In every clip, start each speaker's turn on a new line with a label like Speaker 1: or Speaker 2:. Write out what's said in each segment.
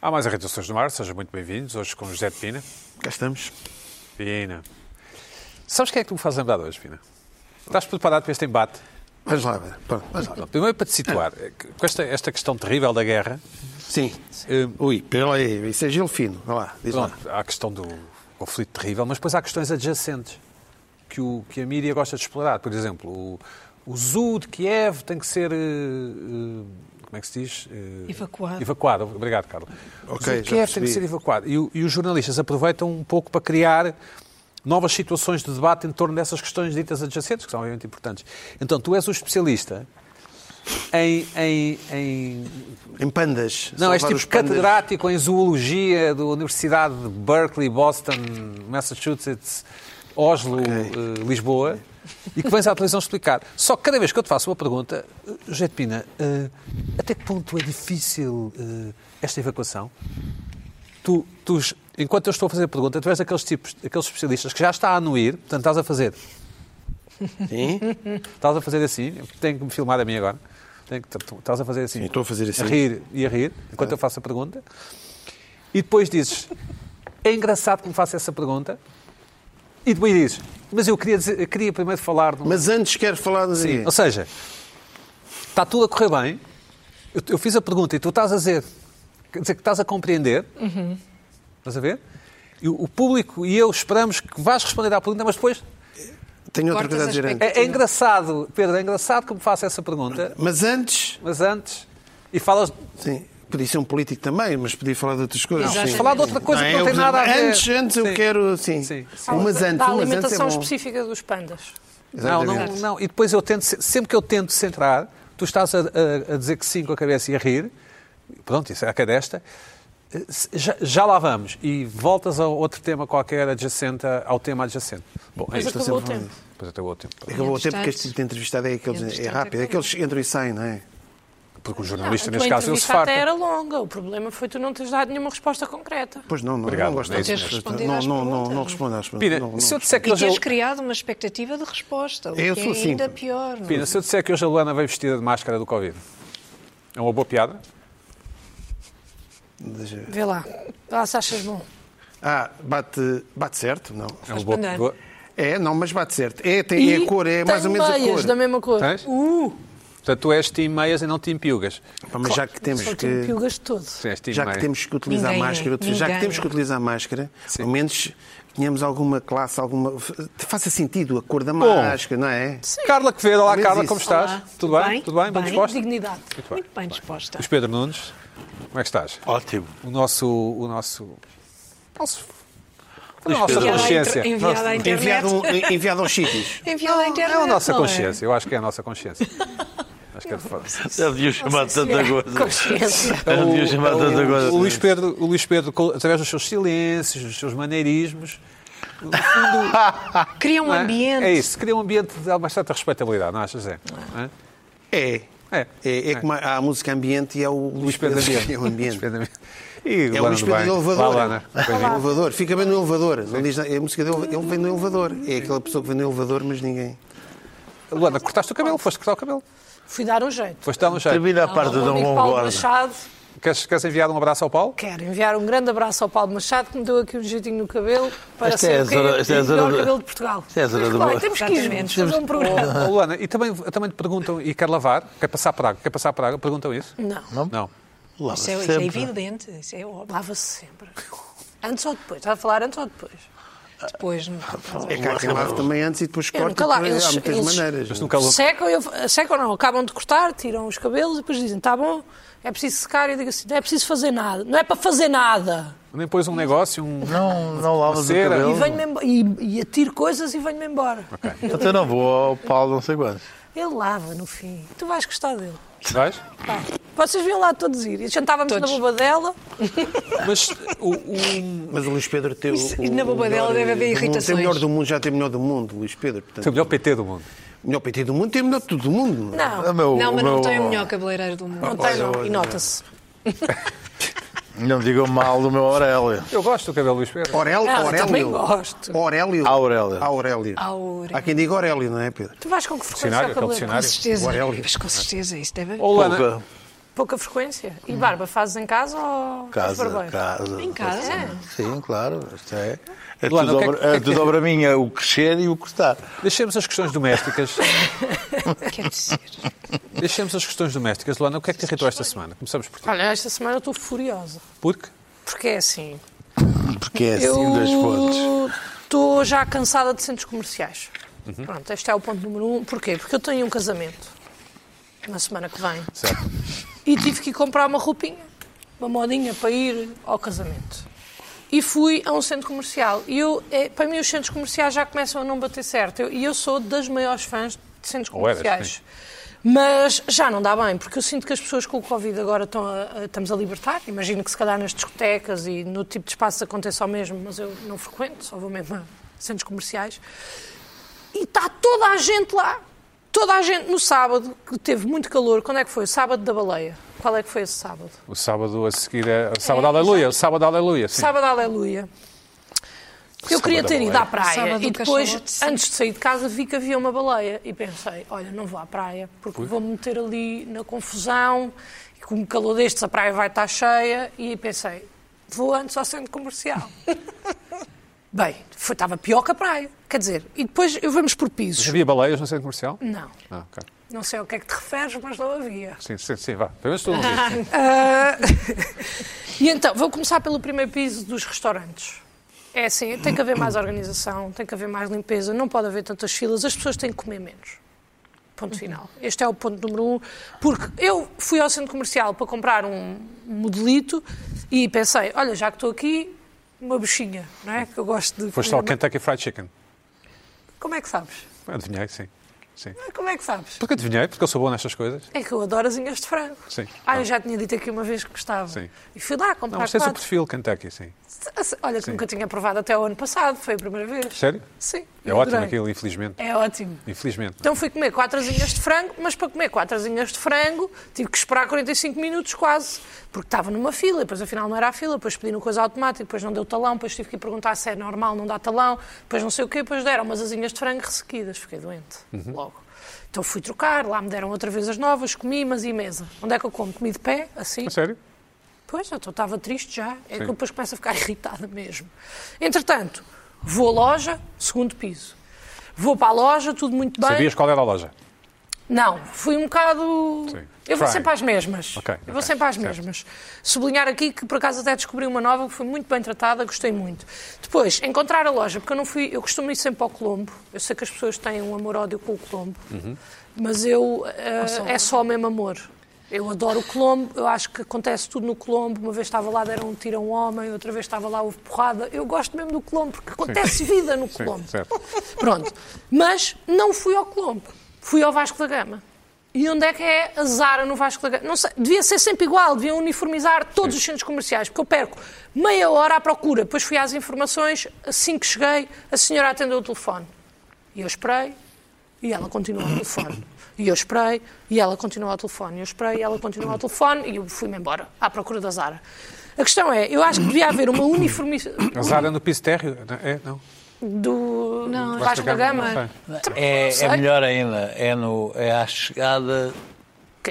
Speaker 1: Há mais Irritações do Mar, sejam muito bem-vindos. Hoje com o José de Pina.
Speaker 2: Cá estamos.
Speaker 1: Pina. Sabes quem é que tu me faz lembrar hoje, Pina? Estás preparado para este embate?
Speaker 2: Vamos lá, pronto, vamos lá.
Speaker 1: Primeiro, para te situar, eh, com esta, esta questão terrível da guerra,
Speaker 2: Sim.
Speaker 1: eh,
Speaker 2: Ui, pera aí, isso é gelo fino. Vá lá, diz lá.
Speaker 1: Pronto, há a questão do conflito terrível, mas depois há questões adjacentes que, o, que a mídia gosta de explorar. Por exemplo, o, o zoo de Kiev tem que ser. eh, eh, como é que se diz? Eh,
Speaker 3: Evacuado.
Speaker 1: Evacuado. Obrigado, Carlos. o
Speaker 2: Ok,
Speaker 1: zoo de Kiev
Speaker 2: já
Speaker 1: tem
Speaker 2: percebi.
Speaker 1: que ser evacuado. E, o- e os jornalistas aproveitam um pouco para criar novas situações de debate em torno dessas questões ditas adjacentes, que são obviamente importantes. Então, tu és o especialista em- em- em
Speaker 2: Em pandas.
Speaker 1: não,
Speaker 2: salvar
Speaker 1: és
Speaker 2: os
Speaker 1: tipo
Speaker 2: pandas.
Speaker 1: catedrático em zoologia da Universidade de Berkeley, Boston, Massachusetts, Oslo, eh, Lisboa, e que vens à televisão explicar. Só que cada vez que eu te faço uma pergunta, eh, José de Pina, eh, até que ponto é difícil eh, esta evacuação? Tu, tu es- enquanto eu estou a fazer a pergunta, tu és daqueles tipos, daqueles especialistas que já está a anuir, portanto estás a fazer
Speaker 2: Sim?
Speaker 1: Estás a fazer assim, tenho que me filmar a mim agora. Tenho que- tu- tu- Estás a fazer assim.
Speaker 2: Sim, estou a fazer assim.
Speaker 1: A rir e a rir, enquanto eu faço a pergunta. E depois dizes, é engraçado que me faça essa pergunta. E depois dizes, mas eu queria, dizer- eu queria primeiro falar de um...
Speaker 2: Mas é. antes quero falar de...
Speaker 1: Sim, Ou seja, está tudo a correr bem, eu, eu fiz a pergunta e tu estás a dizer, quer dizer que estás a compreender, estás a ver? E o, o público e eu esperamos que vais responder à pergunta, mas depois
Speaker 2: Tenho outra
Speaker 3: Cortas
Speaker 2: coisa a dizer
Speaker 3: as
Speaker 2: antes.
Speaker 1: é, é engraçado, Pedro, é engraçado que me faça essa pergunta,
Speaker 2: Mas antes...
Speaker 1: mas antes. E falas.
Speaker 2: Sim. Podia ser um político também, mas podia falar de outras coisas.
Speaker 3: Exato.
Speaker 2: Sim. é,
Speaker 1: Falar de outra coisa que não
Speaker 2: eu-
Speaker 1: tem nada a ver.
Speaker 2: Antes, antes
Speaker 1: Sim.
Speaker 2: eu quero... Sim.
Speaker 1: Sim.
Speaker 2: Sim. Umas antes,
Speaker 3: da
Speaker 2: umas antes é
Speaker 3: alimentação
Speaker 2: bom.
Speaker 3: específica dos pandas.
Speaker 1: Não, não,
Speaker 2: Exatamente.
Speaker 1: não. E depois eu tento. se- Sempre que eu tento centrar, tu estás a, a- a dizer que sim com a cabeça e a rir. Pronto, isso é a que é desta. Eh, se- Já, já lá vamos. E voltas a outro tema qualquer adjacente a- ao tema adjacente. Bom, é
Speaker 3: Mas
Speaker 1: isto.
Speaker 3: acabou o
Speaker 2: sempre
Speaker 3: tempo.
Speaker 1: Depois até o outro tempo.
Speaker 2: Acabou o tempo que
Speaker 3: Entretanto-
Speaker 2: este tipo de entrevistado é aqueles... É
Speaker 3: Entretanto,
Speaker 2: rápido. É aqueles que entram e saem, não é?
Speaker 1: Porque o
Speaker 3: Não, a
Speaker 1: jornalista,
Speaker 3: tua
Speaker 1: neste caso, ele se
Speaker 3: entrevista até
Speaker 1: farta.
Speaker 3: era longa. O problema foi tu não teres dado nenhuma resposta concreta.
Speaker 2: Pois não, não,
Speaker 1: Obrigado,
Speaker 2: não gosto
Speaker 1: não é isso
Speaker 2: dessas
Speaker 1: mesmo.
Speaker 2: pessoas.
Speaker 4: Responder às
Speaker 2: Não, não, não,
Speaker 4: perguntas.
Speaker 2: não respondo às perguntas.
Speaker 1: Pina,
Speaker 2: Não, não
Speaker 1: se eu disser que
Speaker 4: E
Speaker 1: hoje. é
Speaker 4: tens
Speaker 1: a-
Speaker 4: criado uma expectativa de resposta, o
Speaker 2: Eu
Speaker 4: que
Speaker 2: sou
Speaker 4: é ainda
Speaker 2: assim.
Speaker 4: pior. não é?
Speaker 1: Pina, se eu disser que hoje a Luana veio vestida de máscara do Covid, é uma boa piada?
Speaker 2: Deixa eu ver.
Speaker 3: Vê lá. Vê lá se achas bom.
Speaker 2: Ah, bate, bate certo? Não.
Speaker 1: É uma boa,
Speaker 3: pandar.
Speaker 1: boa-
Speaker 2: É, não, mas bate certo. É, tem, é a cor, é
Speaker 3: tem
Speaker 2: mais ou menos a
Speaker 3: meias
Speaker 2: cor.
Speaker 3: da mesma cor.
Speaker 1: Tens?
Speaker 3: Uh,
Speaker 1: Portanto, tu és time meias e não time piugas.
Speaker 2: Pá, mas já que temos
Speaker 3: só tenho
Speaker 2: que,
Speaker 3: pilgas de todo.
Speaker 1: Tu és time
Speaker 2: já
Speaker 1: meia.
Speaker 2: que, temos que utilizar
Speaker 4: Ninguém é,
Speaker 2: máscara, outros- já que
Speaker 4: ninguém
Speaker 2: temos
Speaker 4: é.
Speaker 2: que utilizar máscara,
Speaker 1: Sim.
Speaker 2: ao menos tenhamos alguma classe, alguma. Faça sentido a cor da máscara, não é?
Speaker 1: Carla Quevedo, olá
Speaker 2: Mas
Speaker 1: Carla,
Speaker 2: isso.
Speaker 1: como estás?
Speaker 4: Olá,
Speaker 1: Tudo bem? Tudo bem? Bem disposta?
Speaker 3: Dignidade.
Speaker 1: bem.
Speaker 4: Muito bem disposta.
Speaker 1: Luís Pedro Nunes, como é que estás?
Speaker 5: Ótimo.
Speaker 1: O nosso. O nosso. nosso a
Speaker 5: Luís
Speaker 1: nossa
Speaker 5: Pedro.
Speaker 1: consciência.
Speaker 4: Enviada à internet.
Speaker 2: Enviado, um- enviado aos sítios.
Speaker 4: Enviada à internet.
Speaker 1: É a nossa
Speaker 4: não
Speaker 1: consciência, eu acho que é a nossa consciência. Acho que é de falar.
Speaker 5: Já deviam chamar de tanta
Speaker 4: é.
Speaker 5: coisa.
Speaker 3: Consciência.
Speaker 5: Já deviam chamar de tanta
Speaker 1: O Luís
Speaker 5: coisa.
Speaker 1: Pedro, o Luís Pedro, co- através dos seus silêncios, dos seus maneirismos, no fundo,
Speaker 4: Cria um
Speaker 1: não é?
Speaker 4: ambiente.
Speaker 1: É isso, cria um ambiente de uma certa respeitabilidade, não achas? É. Não
Speaker 2: É.
Speaker 1: É.
Speaker 2: É, é como há a música ambiente e há o Luís Pedro que é o ambiente.
Speaker 1: E
Speaker 2: É o Luís Pedro do elevador. É o
Speaker 1: elevador.
Speaker 2: elevador. Fica bem no elevador. Não diz nada. É a música dele, ele vem no elevador. É aquela pessoa que vem no elevador, mas ninguém.
Speaker 1: Luana, cortaste o cabelo, foste cortar o cabelo.
Speaker 3: Fui dar um jeito.
Speaker 1: Foste dar um jeito.
Speaker 5: Termina a parte do
Speaker 3: Ao meu
Speaker 5: Dom
Speaker 3: amigo Paulo
Speaker 5: Longo
Speaker 3: Machado.
Speaker 1: Queres, queres enviar um abraço ao Paulo?
Speaker 3: Quero enviar um grande abraço ao Paulo Machado, que me deu aqui um jeitinho no cabelo para
Speaker 5: Esta
Speaker 3: ser
Speaker 5: é a
Speaker 3: o quê?
Speaker 5: zona- esta é a
Speaker 3: o
Speaker 5: zona
Speaker 3: melhor
Speaker 5: do-
Speaker 3: cabelo de Portugal.
Speaker 5: Esta é a zona
Speaker 3: Mas,
Speaker 5: do-
Speaker 3: claro, temos que ir juntos, fazer um programa.
Speaker 1: Oh, Luana, e também, também te perguntam, e quer lavar? Quer passar por água? Quer passar por água? Perguntam isso?
Speaker 3: Não.
Speaker 1: Não.
Speaker 4: Isso é, isso é evidente, isso é óbvio.
Speaker 3: Lava-se sempre. Antes ou depois? Estás a falar antes ou depois?
Speaker 4: Depois, não.
Speaker 2: É cá quem lava também antes e depois
Speaker 3: Eu
Speaker 2: corta.
Speaker 3: É, nunca lá-
Speaker 2: porque
Speaker 3: eles-
Speaker 2: há muitas
Speaker 3: eles-
Speaker 2: maneiras.
Speaker 1: Mas nunca lavou.
Speaker 3: Secam, eu, secam não, acabam de cortar, tiram os cabelos e depois dizem, está bom, é preciso secar. E eu digo assim, não é preciso fazer nada. Não é para fazer nada.
Speaker 1: Nem pôs um negócio, um.
Speaker 5: Não, não lavas o
Speaker 1: Cera.
Speaker 3: E,
Speaker 5: cabelo.
Speaker 3: venho-me embo- e, e atiro coisas e venho-me embora.
Speaker 5: Portanto, eu não vou ao Paulo não sei quantos.
Speaker 3: Ele lava no fim. Tu vais gostar dele.
Speaker 1: Vais?
Speaker 3: Pá, Vocês vinham lá todos ir. E jantávamos
Speaker 4: Todos.
Speaker 3: na boba dela.
Speaker 1: Mas o. o...
Speaker 2: Mas o Luís Pedro tem o,
Speaker 4: Isso-
Speaker 2: o
Speaker 4: na bobadela
Speaker 2: melhor,
Speaker 4: deve
Speaker 2: eh, do mundo. Tem
Speaker 4: haver
Speaker 2: o
Speaker 4: irritações.
Speaker 2: melhor do mundo, já tem o melhor do mundo, Luís Pedro. Portanto,
Speaker 1: Foi o melhor PT do mundo.
Speaker 2: o melhor PT do mundo tem o melhor de tudo do mundo. é?
Speaker 3: Não,
Speaker 5: O meu-
Speaker 4: não,
Speaker 5: o
Speaker 4: mas não
Speaker 5: meu-
Speaker 4: tem um- o melhor cabeleireiro do mundo.
Speaker 3: não tem não.
Speaker 2: olha.
Speaker 3: E nota-se.
Speaker 5: Não digam mal do meu Aurélio.
Speaker 1: Eu gosto do cabelo do Luís Pedro.
Speaker 2: Aurel,
Speaker 3: Ah, eu
Speaker 2: Aurélio.
Speaker 3: também gosto.
Speaker 2: Aurélio.
Speaker 5: Aurélio.
Speaker 2: Aurélio.
Speaker 4: Aurélio.
Speaker 2: Há quem diga Aurélio, não é, Pedro?
Speaker 3: Tu vais com que frequência
Speaker 1: Dicionário,
Speaker 3: ao
Speaker 1: aquele
Speaker 3: cabelo?
Speaker 4: Com
Speaker 1: dicionário.
Speaker 4: certeza.
Speaker 2: O Aurélio.
Speaker 4: Mas com certeza, isso deve haver.
Speaker 1: Oh, Luana,
Speaker 5: Pouca.
Speaker 3: Pouca frequência. E barba fazes em casa ou fazes
Speaker 5: Casa,
Speaker 3: barbeiro?
Speaker 5: casa.
Speaker 4: Em casa? é.
Speaker 5: Sim, claro. Isto é. É
Speaker 1: Luana,
Speaker 5: tudo,
Speaker 1: o que é que-
Speaker 5: obra, é tudo obra minha, o crescer e o cortar.
Speaker 1: Deixemos as questões domésticas.
Speaker 4: Quer dizer,
Speaker 1: Deixemos as questões domésticas. Luana, o que é que te irritou esta semana? Começamos por ti.
Speaker 3: Olha, esta semana eu estou furiosa.
Speaker 1: Porque?
Speaker 3: Porque é assim.
Speaker 5: Porque é assim das fontes.
Speaker 3: Eu estou já cansada de centros comerciais. Pronto, este é o ponto número um. Porquê? Porque eu tenho um casamento na semana que vem.
Speaker 1: Certo.
Speaker 3: E tive que ir comprar uma roupinha, uma modinha para ir ao casamento. E fui a um centro comercial. E eu, eh, para mim, os centros comerciais já começam a não bater certo. Eu- E eu sou das maiores fãs de centros
Speaker 1: Ou eras,
Speaker 3: comerciais. Mas já não dá bem, porque eu sinto que as pessoas com o Covid agora estão a- a- estamos a libertar. Imagino que se calhar nas discotecas e no tipo de espaço aconteça o mesmo, mas eu não frequento, só vou mesmo a centros comerciais. E está toda a gente lá. Toda a gente no sábado, que teve muito calor. Quando é que foi? O sábado da baleia. Qual é que foi esse sábado?
Speaker 1: O sábado a seguir é... o Sábado Aleluia. O sábado Aleluia, sim.
Speaker 3: Sábado, aleluia. Eu queria ter ido à praia
Speaker 4: Sábado
Speaker 3: e
Speaker 4: do
Speaker 3: depois,
Speaker 4: cachalote, sim.
Speaker 3: antes de sair de casa, vi que havia uma baleia e pensei, olha, não vou à praia porque vou-me meter ali na confusão e com um calor destes a praia vai estar cheia e pensei, vou antes ao centro comercial. Bem, foi, estava pior que a praia, quer dizer, e depois eu vamos por
Speaker 1: Mas
Speaker 3: pisos.
Speaker 1: Havia baleias no centro comercial?
Speaker 3: Não,
Speaker 1: Ah, ok.
Speaker 3: não sei ao que é que te referes, mas não havia.
Speaker 1: Sim, sim, sim, vá. Pelo menos tu não viste.
Speaker 3: Ah, e então, vou começar pelo primeiro piso dos restaurantes. É assim, tem que haver mais organização, tem que haver mais limpeza, não pode haver tantas filas, as pessoas têm que comer menos. Ponto final. Este é o ponto número um, porque eu fui ao centro comercial para comprar um modelito e pensei, olha, já que estou aqui, uma buchinha, não é? Que eu gosto de.
Speaker 1: Foste
Speaker 3: comer
Speaker 1: ao
Speaker 3: uma-
Speaker 1: Kentucky Fried Chicken.
Speaker 3: Como é que sabes?
Speaker 1: Adivinhei, sim. sim.
Speaker 3: Como é que sabes?
Speaker 1: Porque adivinhei, porque eu sou bom nestas coisas.
Speaker 3: É que eu adoro asinhas de frango.
Speaker 1: Sim.
Speaker 3: Ah, eu já tinha dito aqui uma vez que gostava.
Speaker 1: Sim.
Speaker 3: E fui lá comprar
Speaker 1: Não, mas tens o
Speaker 3: quatro.
Speaker 1: perfil Kentucky, sim.
Speaker 3: Olha, que nunca tinha provado até o ano passado, foi a primeira vez.
Speaker 1: Sério?
Speaker 3: Sim.
Speaker 1: É
Speaker 3: eu
Speaker 1: ótimo
Speaker 3: adorei.
Speaker 1: aquilo, infelizmente.
Speaker 3: É ótimo.
Speaker 1: Infelizmente.
Speaker 3: Então fui comer quatro asinhas de frango, mas para comer quatro asinhas de frango tive que esperar 45 minutos quase, porque estava numa fila, e depois afinal não era a fila, depois pedi no coisa automática, depois não deu talão, depois tive que ir perguntar se é normal, não dá talão, depois não sei o quê, depois deram umas asinhas de frango ressequidas, fiquei doente,
Speaker 1: Uhum.
Speaker 3: logo. Então fui trocar, lá me deram outra vez as novas, comi, mas e mesa? Onde é que eu como? Comi de pé, assim,
Speaker 1: A sério?
Speaker 3: Pois, eu estava triste já. É que
Speaker 1: Sim.
Speaker 3: eu depois começo a ficar irritada mesmo. Entretanto, vou à loja, segundo piso. Vou para a loja, tudo muito bem.
Speaker 1: Sabias qual era a loja?
Speaker 3: Não, fui um bocado.
Speaker 1: Sim.
Speaker 3: Eu vou
Speaker 1: Fry.
Speaker 3: sempre às mesmas.
Speaker 1: Ok,
Speaker 3: Eu
Speaker 1: ok,
Speaker 3: vou sempre às
Speaker 1: certo.
Speaker 3: mesmas. Sublinhar aqui que por acaso até descobri uma nova que foi muito bem tratada, gostei muito. Depois, encontrar a loja, porque eu não fui, eu costumo ir sempre ao Colombo. Eu sei que as pessoas têm um amor-ódio com o Colombo,
Speaker 1: Uhum.
Speaker 3: mas eu eh, é só o mesmo amor. Eu adoro o Colombo, eu acho que acontece tudo no Colombo. Uma vez estava lá, deram um tiro a um homem, outra vez estava lá, houve porrada. Eu gosto mesmo do Colombo, porque acontece vida no Colombo.
Speaker 1: Sim, certo.
Speaker 3: Pronto. Mas não fui ao Colombo. Fui ao Vasco da Gama. E onde é que é a Zara no Vasco da Gama? Não sei. Devia ser sempre igual. Deviam uniformizar todos os centros comerciais. Porque eu perco meia hora à procura. Depois fui às informações. Assim que cheguei, a senhora atendeu o telefone. E eu esperei. E ela continua ao telefone. E eu esperei. E ela continua ao telefone. E eu esperei. E ela continua ao telefone. E eu fui-me embora. À procura da Zara. A questão é, eu acho que devia haver uma uniformização
Speaker 1: A Zara no piso térreo? Não, É, não.
Speaker 3: do
Speaker 4: Não,
Speaker 3: Vasco da Gama.
Speaker 5: É,
Speaker 3: Não sei.
Speaker 5: melhor ainda, é, no, é à chegada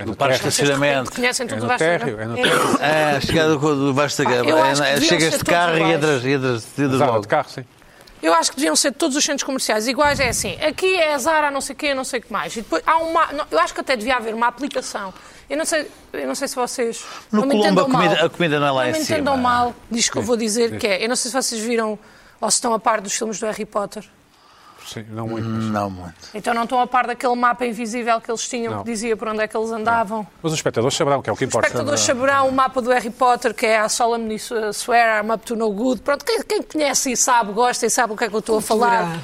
Speaker 5: do parque de
Speaker 3: Vocês
Speaker 5: estacionamento.
Speaker 3: Conhecem
Speaker 1: É
Speaker 3: tudo o
Speaker 1: no
Speaker 3: Vasco da Gama?
Speaker 1: térreo, é no térreo.
Speaker 5: É, a chegada do, do Vasco da Gama.
Speaker 3: eu acho que
Speaker 5: É,
Speaker 3: deviam
Speaker 5: chegas
Speaker 3: ser
Speaker 5: de
Speaker 3: todos
Speaker 5: carro e
Speaker 3: iguais.
Speaker 5: entras, entras, entras
Speaker 1: Zara
Speaker 5: logo.
Speaker 1: de carro, sim.
Speaker 3: Eu acho que deviam ser todos os centros comerciais iguais. É assim, aqui é a Zara, não sei o quê, não sei o que mais. E depois há uma. não, Eu acho que até devia haver uma aplicação. Eu não sei, eu não sei se vocês.
Speaker 5: No
Speaker 3: não me
Speaker 5: Colombo
Speaker 3: entendam
Speaker 5: a comida-
Speaker 3: mal.
Speaker 5: a comida não é lá
Speaker 3: não
Speaker 5: em
Speaker 3: me
Speaker 5: cima.
Speaker 3: entendam mal. Diz que eu vou dizer que é. Eu não sei se vocês viram ou se estão a par dos filmes do Harry Potter.
Speaker 1: Sim, não muito. mas-
Speaker 5: Não muito.
Speaker 3: Então não estão a par daquele mapa invisível que eles tinham,
Speaker 1: Não.
Speaker 3: que dizia por onde é que eles andavam.
Speaker 1: Mas os espectadores saberão que é o que
Speaker 3: Os
Speaker 1: importa.
Speaker 3: espectadores saberão o mapa do Harry Potter, que é a Solemn Swear, I'm Up to No Good. Pronto, quem, quem conhece e sabe, gosta e sabe o que é que eu estou a falar.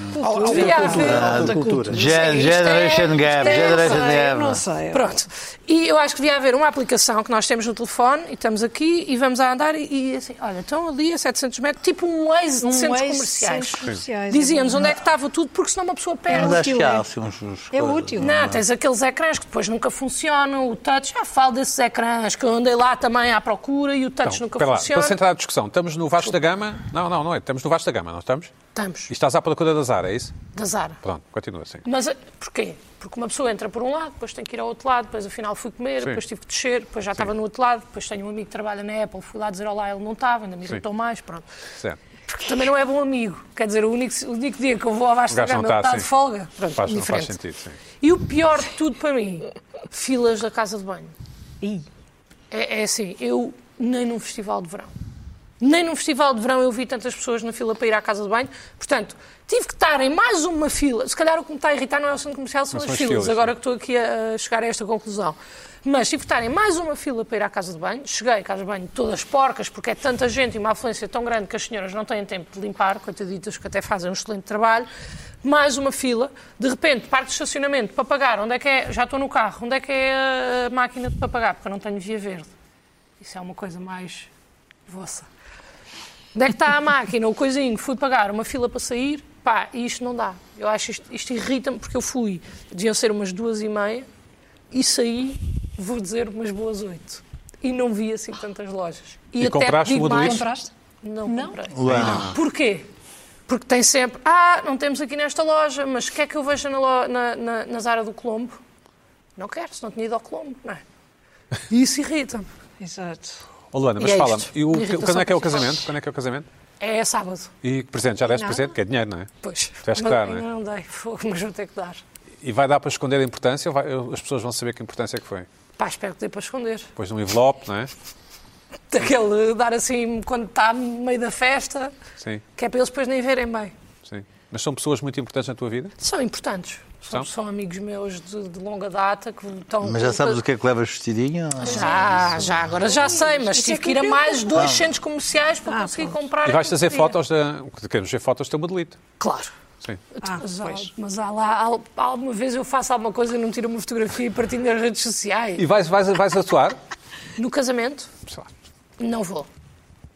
Speaker 3: Devia haver-
Speaker 2: Ah, Da cultura.
Speaker 5: Gen-
Speaker 3: isto é-
Speaker 5: Generation Gap,
Speaker 3: isto é-
Speaker 5: Generation
Speaker 4: sei, não
Speaker 5: Gap.
Speaker 4: sei. É
Speaker 3: Pronto. E eu acho que devia haver uma aplicação que nós temos no telefone e estamos aqui e vamos a andar e, e assim, olha, estão ali a 700 metros, tipo um Waze de
Speaker 4: Um
Speaker 3: centros
Speaker 4: Waze de
Speaker 3: comerciais.
Speaker 4: centros comerciais, é
Speaker 3: Diziam-nos onde é que estava tudo porque senão uma pessoa
Speaker 5: Mas
Speaker 3: perde.
Speaker 5: acho
Speaker 4: útil,
Speaker 5: que há
Speaker 4: é?
Speaker 5: assim uns. uns
Speaker 4: É
Speaker 5: coisas.
Speaker 4: útil.
Speaker 3: Não, tens aqueles ecrãs que depois nunca funcionam, o touch, já falo desses ecrãs, que eu andei lá também à procura e o touch
Speaker 1: Então,
Speaker 3: nunca
Speaker 1: espera lá,
Speaker 3: funciona.
Speaker 1: para centrar a discussão, estamos no Vasco da Gama? Não, não, não é. Estamos no Vasco da Gama, não estamos?
Speaker 3: Estamos,
Speaker 1: E estás à procura da Zara, é isso?
Speaker 3: da Zara.
Speaker 1: Pronto, continua assim.
Speaker 3: Mas eh, porquê? Porque uma pessoa entra por um lado, depois tem que ir ao outro lado, depois afinal fui comer,
Speaker 1: Sim.
Speaker 3: depois tive que descer, depois já estava no outro lado, depois tenho um amigo que trabalha na Apple, fui lá dizer olá, ele não estava, ainda me irritou mais, pronto.
Speaker 1: Certo.
Speaker 3: Porque também não é bom amigo. Quer dizer, o único, o único dia que eu vou é à
Speaker 1: O
Speaker 3: Vasco da
Speaker 1: gajo não
Speaker 3: Gama, ele
Speaker 1: está
Speaker 3: está
Speaker 1: assim.
Speaker 3: de folga. Pronto,
Speaker 1: Faz, não faz
Speaker 3: indiferente.
Speaker 1: sentido, sim.
Speaker 3: E o pior de tudo para mim, filas da casa de banho.
Speaker 4: Ih.
Speaker 3: É, é assim, eu nem num festival de verão. Nem num festival de verão eu vi tantas pessoas na fila para ir à casa de banho. Portanto, tive que estar em mais uma fila. Se calhar o que me está a irritar não é o centro comercial, são,
Speaker 1: Não
Speaker 3: as, filas, agora que estou aqui a a chegar a esta conclusão. Mas tive que estar em mais uma fila para ir à casa de banho. Cheguei à casa de banho todas porcas, porque é tanta gente e uma afluência tão grande que as senhoras não têm tempo de limpar, coitaditas que até fazem um excelente trabalho. Mais uma fila, de repente, parque de estacionamento para pagar. Onde é que é? Já estou no carro. Onde é que é a máquina de para pagar? Porque eu não tenho via verde. Isso é uma coisa mais vossa. Onde é que está a máquina? O coisinho, fui pagar uma fila para sair, pá, e isto não dá. Eu acho isto, isto irrita-me porque eu fui, deviam ser umas duas e meia, e saí, vou dizer, umas boas oito. E não vi assim tantas lojas.
Speaker 1: E compraste
Speaker 3: digo
Speaker 1: uma do
Speaker 3: mais,
Speaker 1: Lidl?
Speaker 4: Compraste?
Speaker 3: Não, comprei.
Speaker 5: Luana,
Speaker 3: Porquê? Porque tem sempre, ah, não temos aqui nesta loja, mas o que é que eu vejo na, lo- na, na, na Zara do Colombo? Não quero, se não tinha ido ao Colombo, não é? E isso irrita-me.
Speaker 4: Exato.
Speaker 1: Ô Luana, mas
Speaker 3: E é
Speaker 1: fala-me,
Speaker 3: isto.
Speaker 1: e o-
Speaker 3: Irritação
Speaker 1: quando é que é o
Speaker 3: pessoal.
Speaker 1: casamento? Quando é que é o casamento?
Speaker 3: É sábado,
Speaker 1: E que presente? Já deste
Speaker 4: Nada.
Speaker 1: presente? Que é dinheiro, não é?
Speaker 3: pois.
Speaker 1: Tiveste que
Speaker 3: Mas
Speaker 1: dar, não é?
Speaker 3: ainda não dei, fogo, mas vou ter que dar.
Speaker 1: E vai dar para esconder a importância ou vai- eu- as pessoas vão saber que importância é que foi?
Speaker 3: Pá, espero que dê para esconder.
Speaker 1: Depois num envelope, não é?
Speaker 3: Daquele dar assim quando está no meio da festa,
Speaker 1: Sim,
Speaker 3: que é para eles depois nem verem bem.
Speaker 1: sim. Mas são pessoas muito importantes na tua vida?
Speaker 3: São importantes. São,
Speaker 1: São?
Speaker 3: são amigos meus de, de longa data que estão.
Speaker 5: mas já sabes o que é que Ah. levas vestidinho?
Speaker 3: Já, já, agora já sei, mas
Speaker 4: Isso é Ah,
Speaker 3: tive que ir a
Speaker 4: que
Speaker 3: mais dois centros comerciais para conseguir comprar.
Speaker 1: E vais
Speaker 3: aquilo
Speaker 1: fazer
Speaker 3: que queria.
Speaker 1: fotos da. o que Queremos ver fotos do teu modelito.
Speaker 3: Claro.
Speaker 1: Sim.
Speaker 4: Ah,
Speaker 3: mas há,
Speaker 4: pois.
Speaker 3: mas há lá, al- alguma vez eu faço alguma coisa e não tiro uma fotografia e partilho nas redes sociais.
Speaker 1: E vais, vais, vais atuar?
Speaker 3: No casamento,
Speaker 1: Sei lá.
Speaker 3: não vou.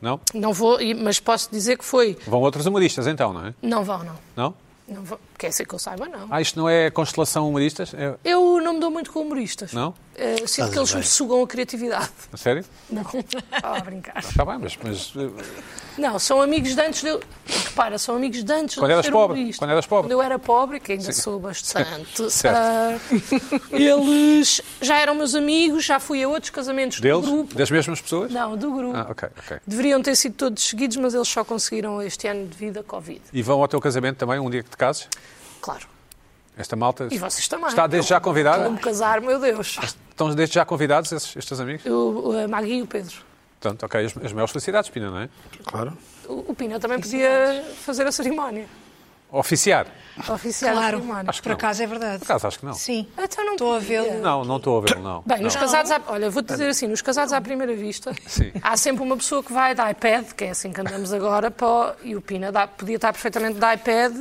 Speaker 1: Não?
Speaker 3: Não vou, e- mas posso dizer que foi.
Speaker 1: Vão outros humoristas então, não é?
Speaker 3: Não vão, não.
Speaker 1: Não?
Speaker 3: não vão. Quer ser que eu saiba, não.
Speaker 1: Ah, isto não é constelação humoristas? É...
Speaker 3: Eu não me dou muito com humoristas.
Speaker 1: Não?
Speaker 3: Eh, sinto que eles me sugam a criatividade.
Speaker 1: A sério?
Speaker 3: Não. Ah, a brincar.
Speaker 1: Está bem, mas, mas, eh,
Speaker 3: Não, são amigos de antes de eu. Repara, são amigos de antes
Speaker 1: Quando
Speaker 3: de eu
Speaker 1: eras
Speaker 3: ser
Speaker 1: pobre,
Speaker 3: humorista.
Speaker 1: quando eras pobre.
Speaker 3: Quando eu era pobre, que ainda sou bastante.
Speaker 1: Certo.
Speaker 3: ah, eles já eram meus amigos, já fui a outros casamentos do
Speaker 1: deles?
Speaker 3: grupo.
Speaker 1: Das mesmas pessoas?
Speaker 3: Não, do grupo.
Speaker 1: Ah, ok, ok.
Speaker 3: Deveriam ter sido todos seguidos, mas eles só conseguiram este ano de vida Covid.
Speaker 1: E vão ao teu casamento também, um dia que te cases?
Speaker 3: Claro.
Speaker 1: Esta malta
Speaker 3: E vocês também.
Speaker 1: está desde já
Speaker 3: Vou-me
Speaker 1: convidada?
Speaker 3: casar, meu Deus.
Speaker 1: Estão desde já convidados esses, estes amigos?
Speaker 3: Eu, a Magui e o Pedro.
Speaker 1: Portanto, ok, as, as maiores felicidades, Pina, não é?
Speaker 2: Claro.
Speaker 3: O o Pina também podia fazer a cerimónia.
Speaker 1: Oficiar.
Speaker 3: A oficial da
Speaker 4: Claro,
Speaker 3: cerimónia.
Speaker 1: Acho que
Speaker 4: por
Speaker 1: não.
Speaker 4: acaso é verdade.
Speaker 1: Por acaso, acho que não.
Speaker 4: Sim.
Speaker 3: Então não
Speaker 4: Estou a
Speaker 3: podia.
Speaker 4: vê-lo.
Speaker 1: Não, não estou a ouvi-lo, não.
Speaker 3: Bem, nos
Speaker 1: Não.
Speaker 3: casados, à- olha, vou-te dizer assim, nos casados à primeira vista,
Speaker 1: Sim.
Speaker 3: há sempre uma pessoa que vai da iPad, que é assim que andamos agora, para o- e o Pina dá- podia estar perfeitamente da iPad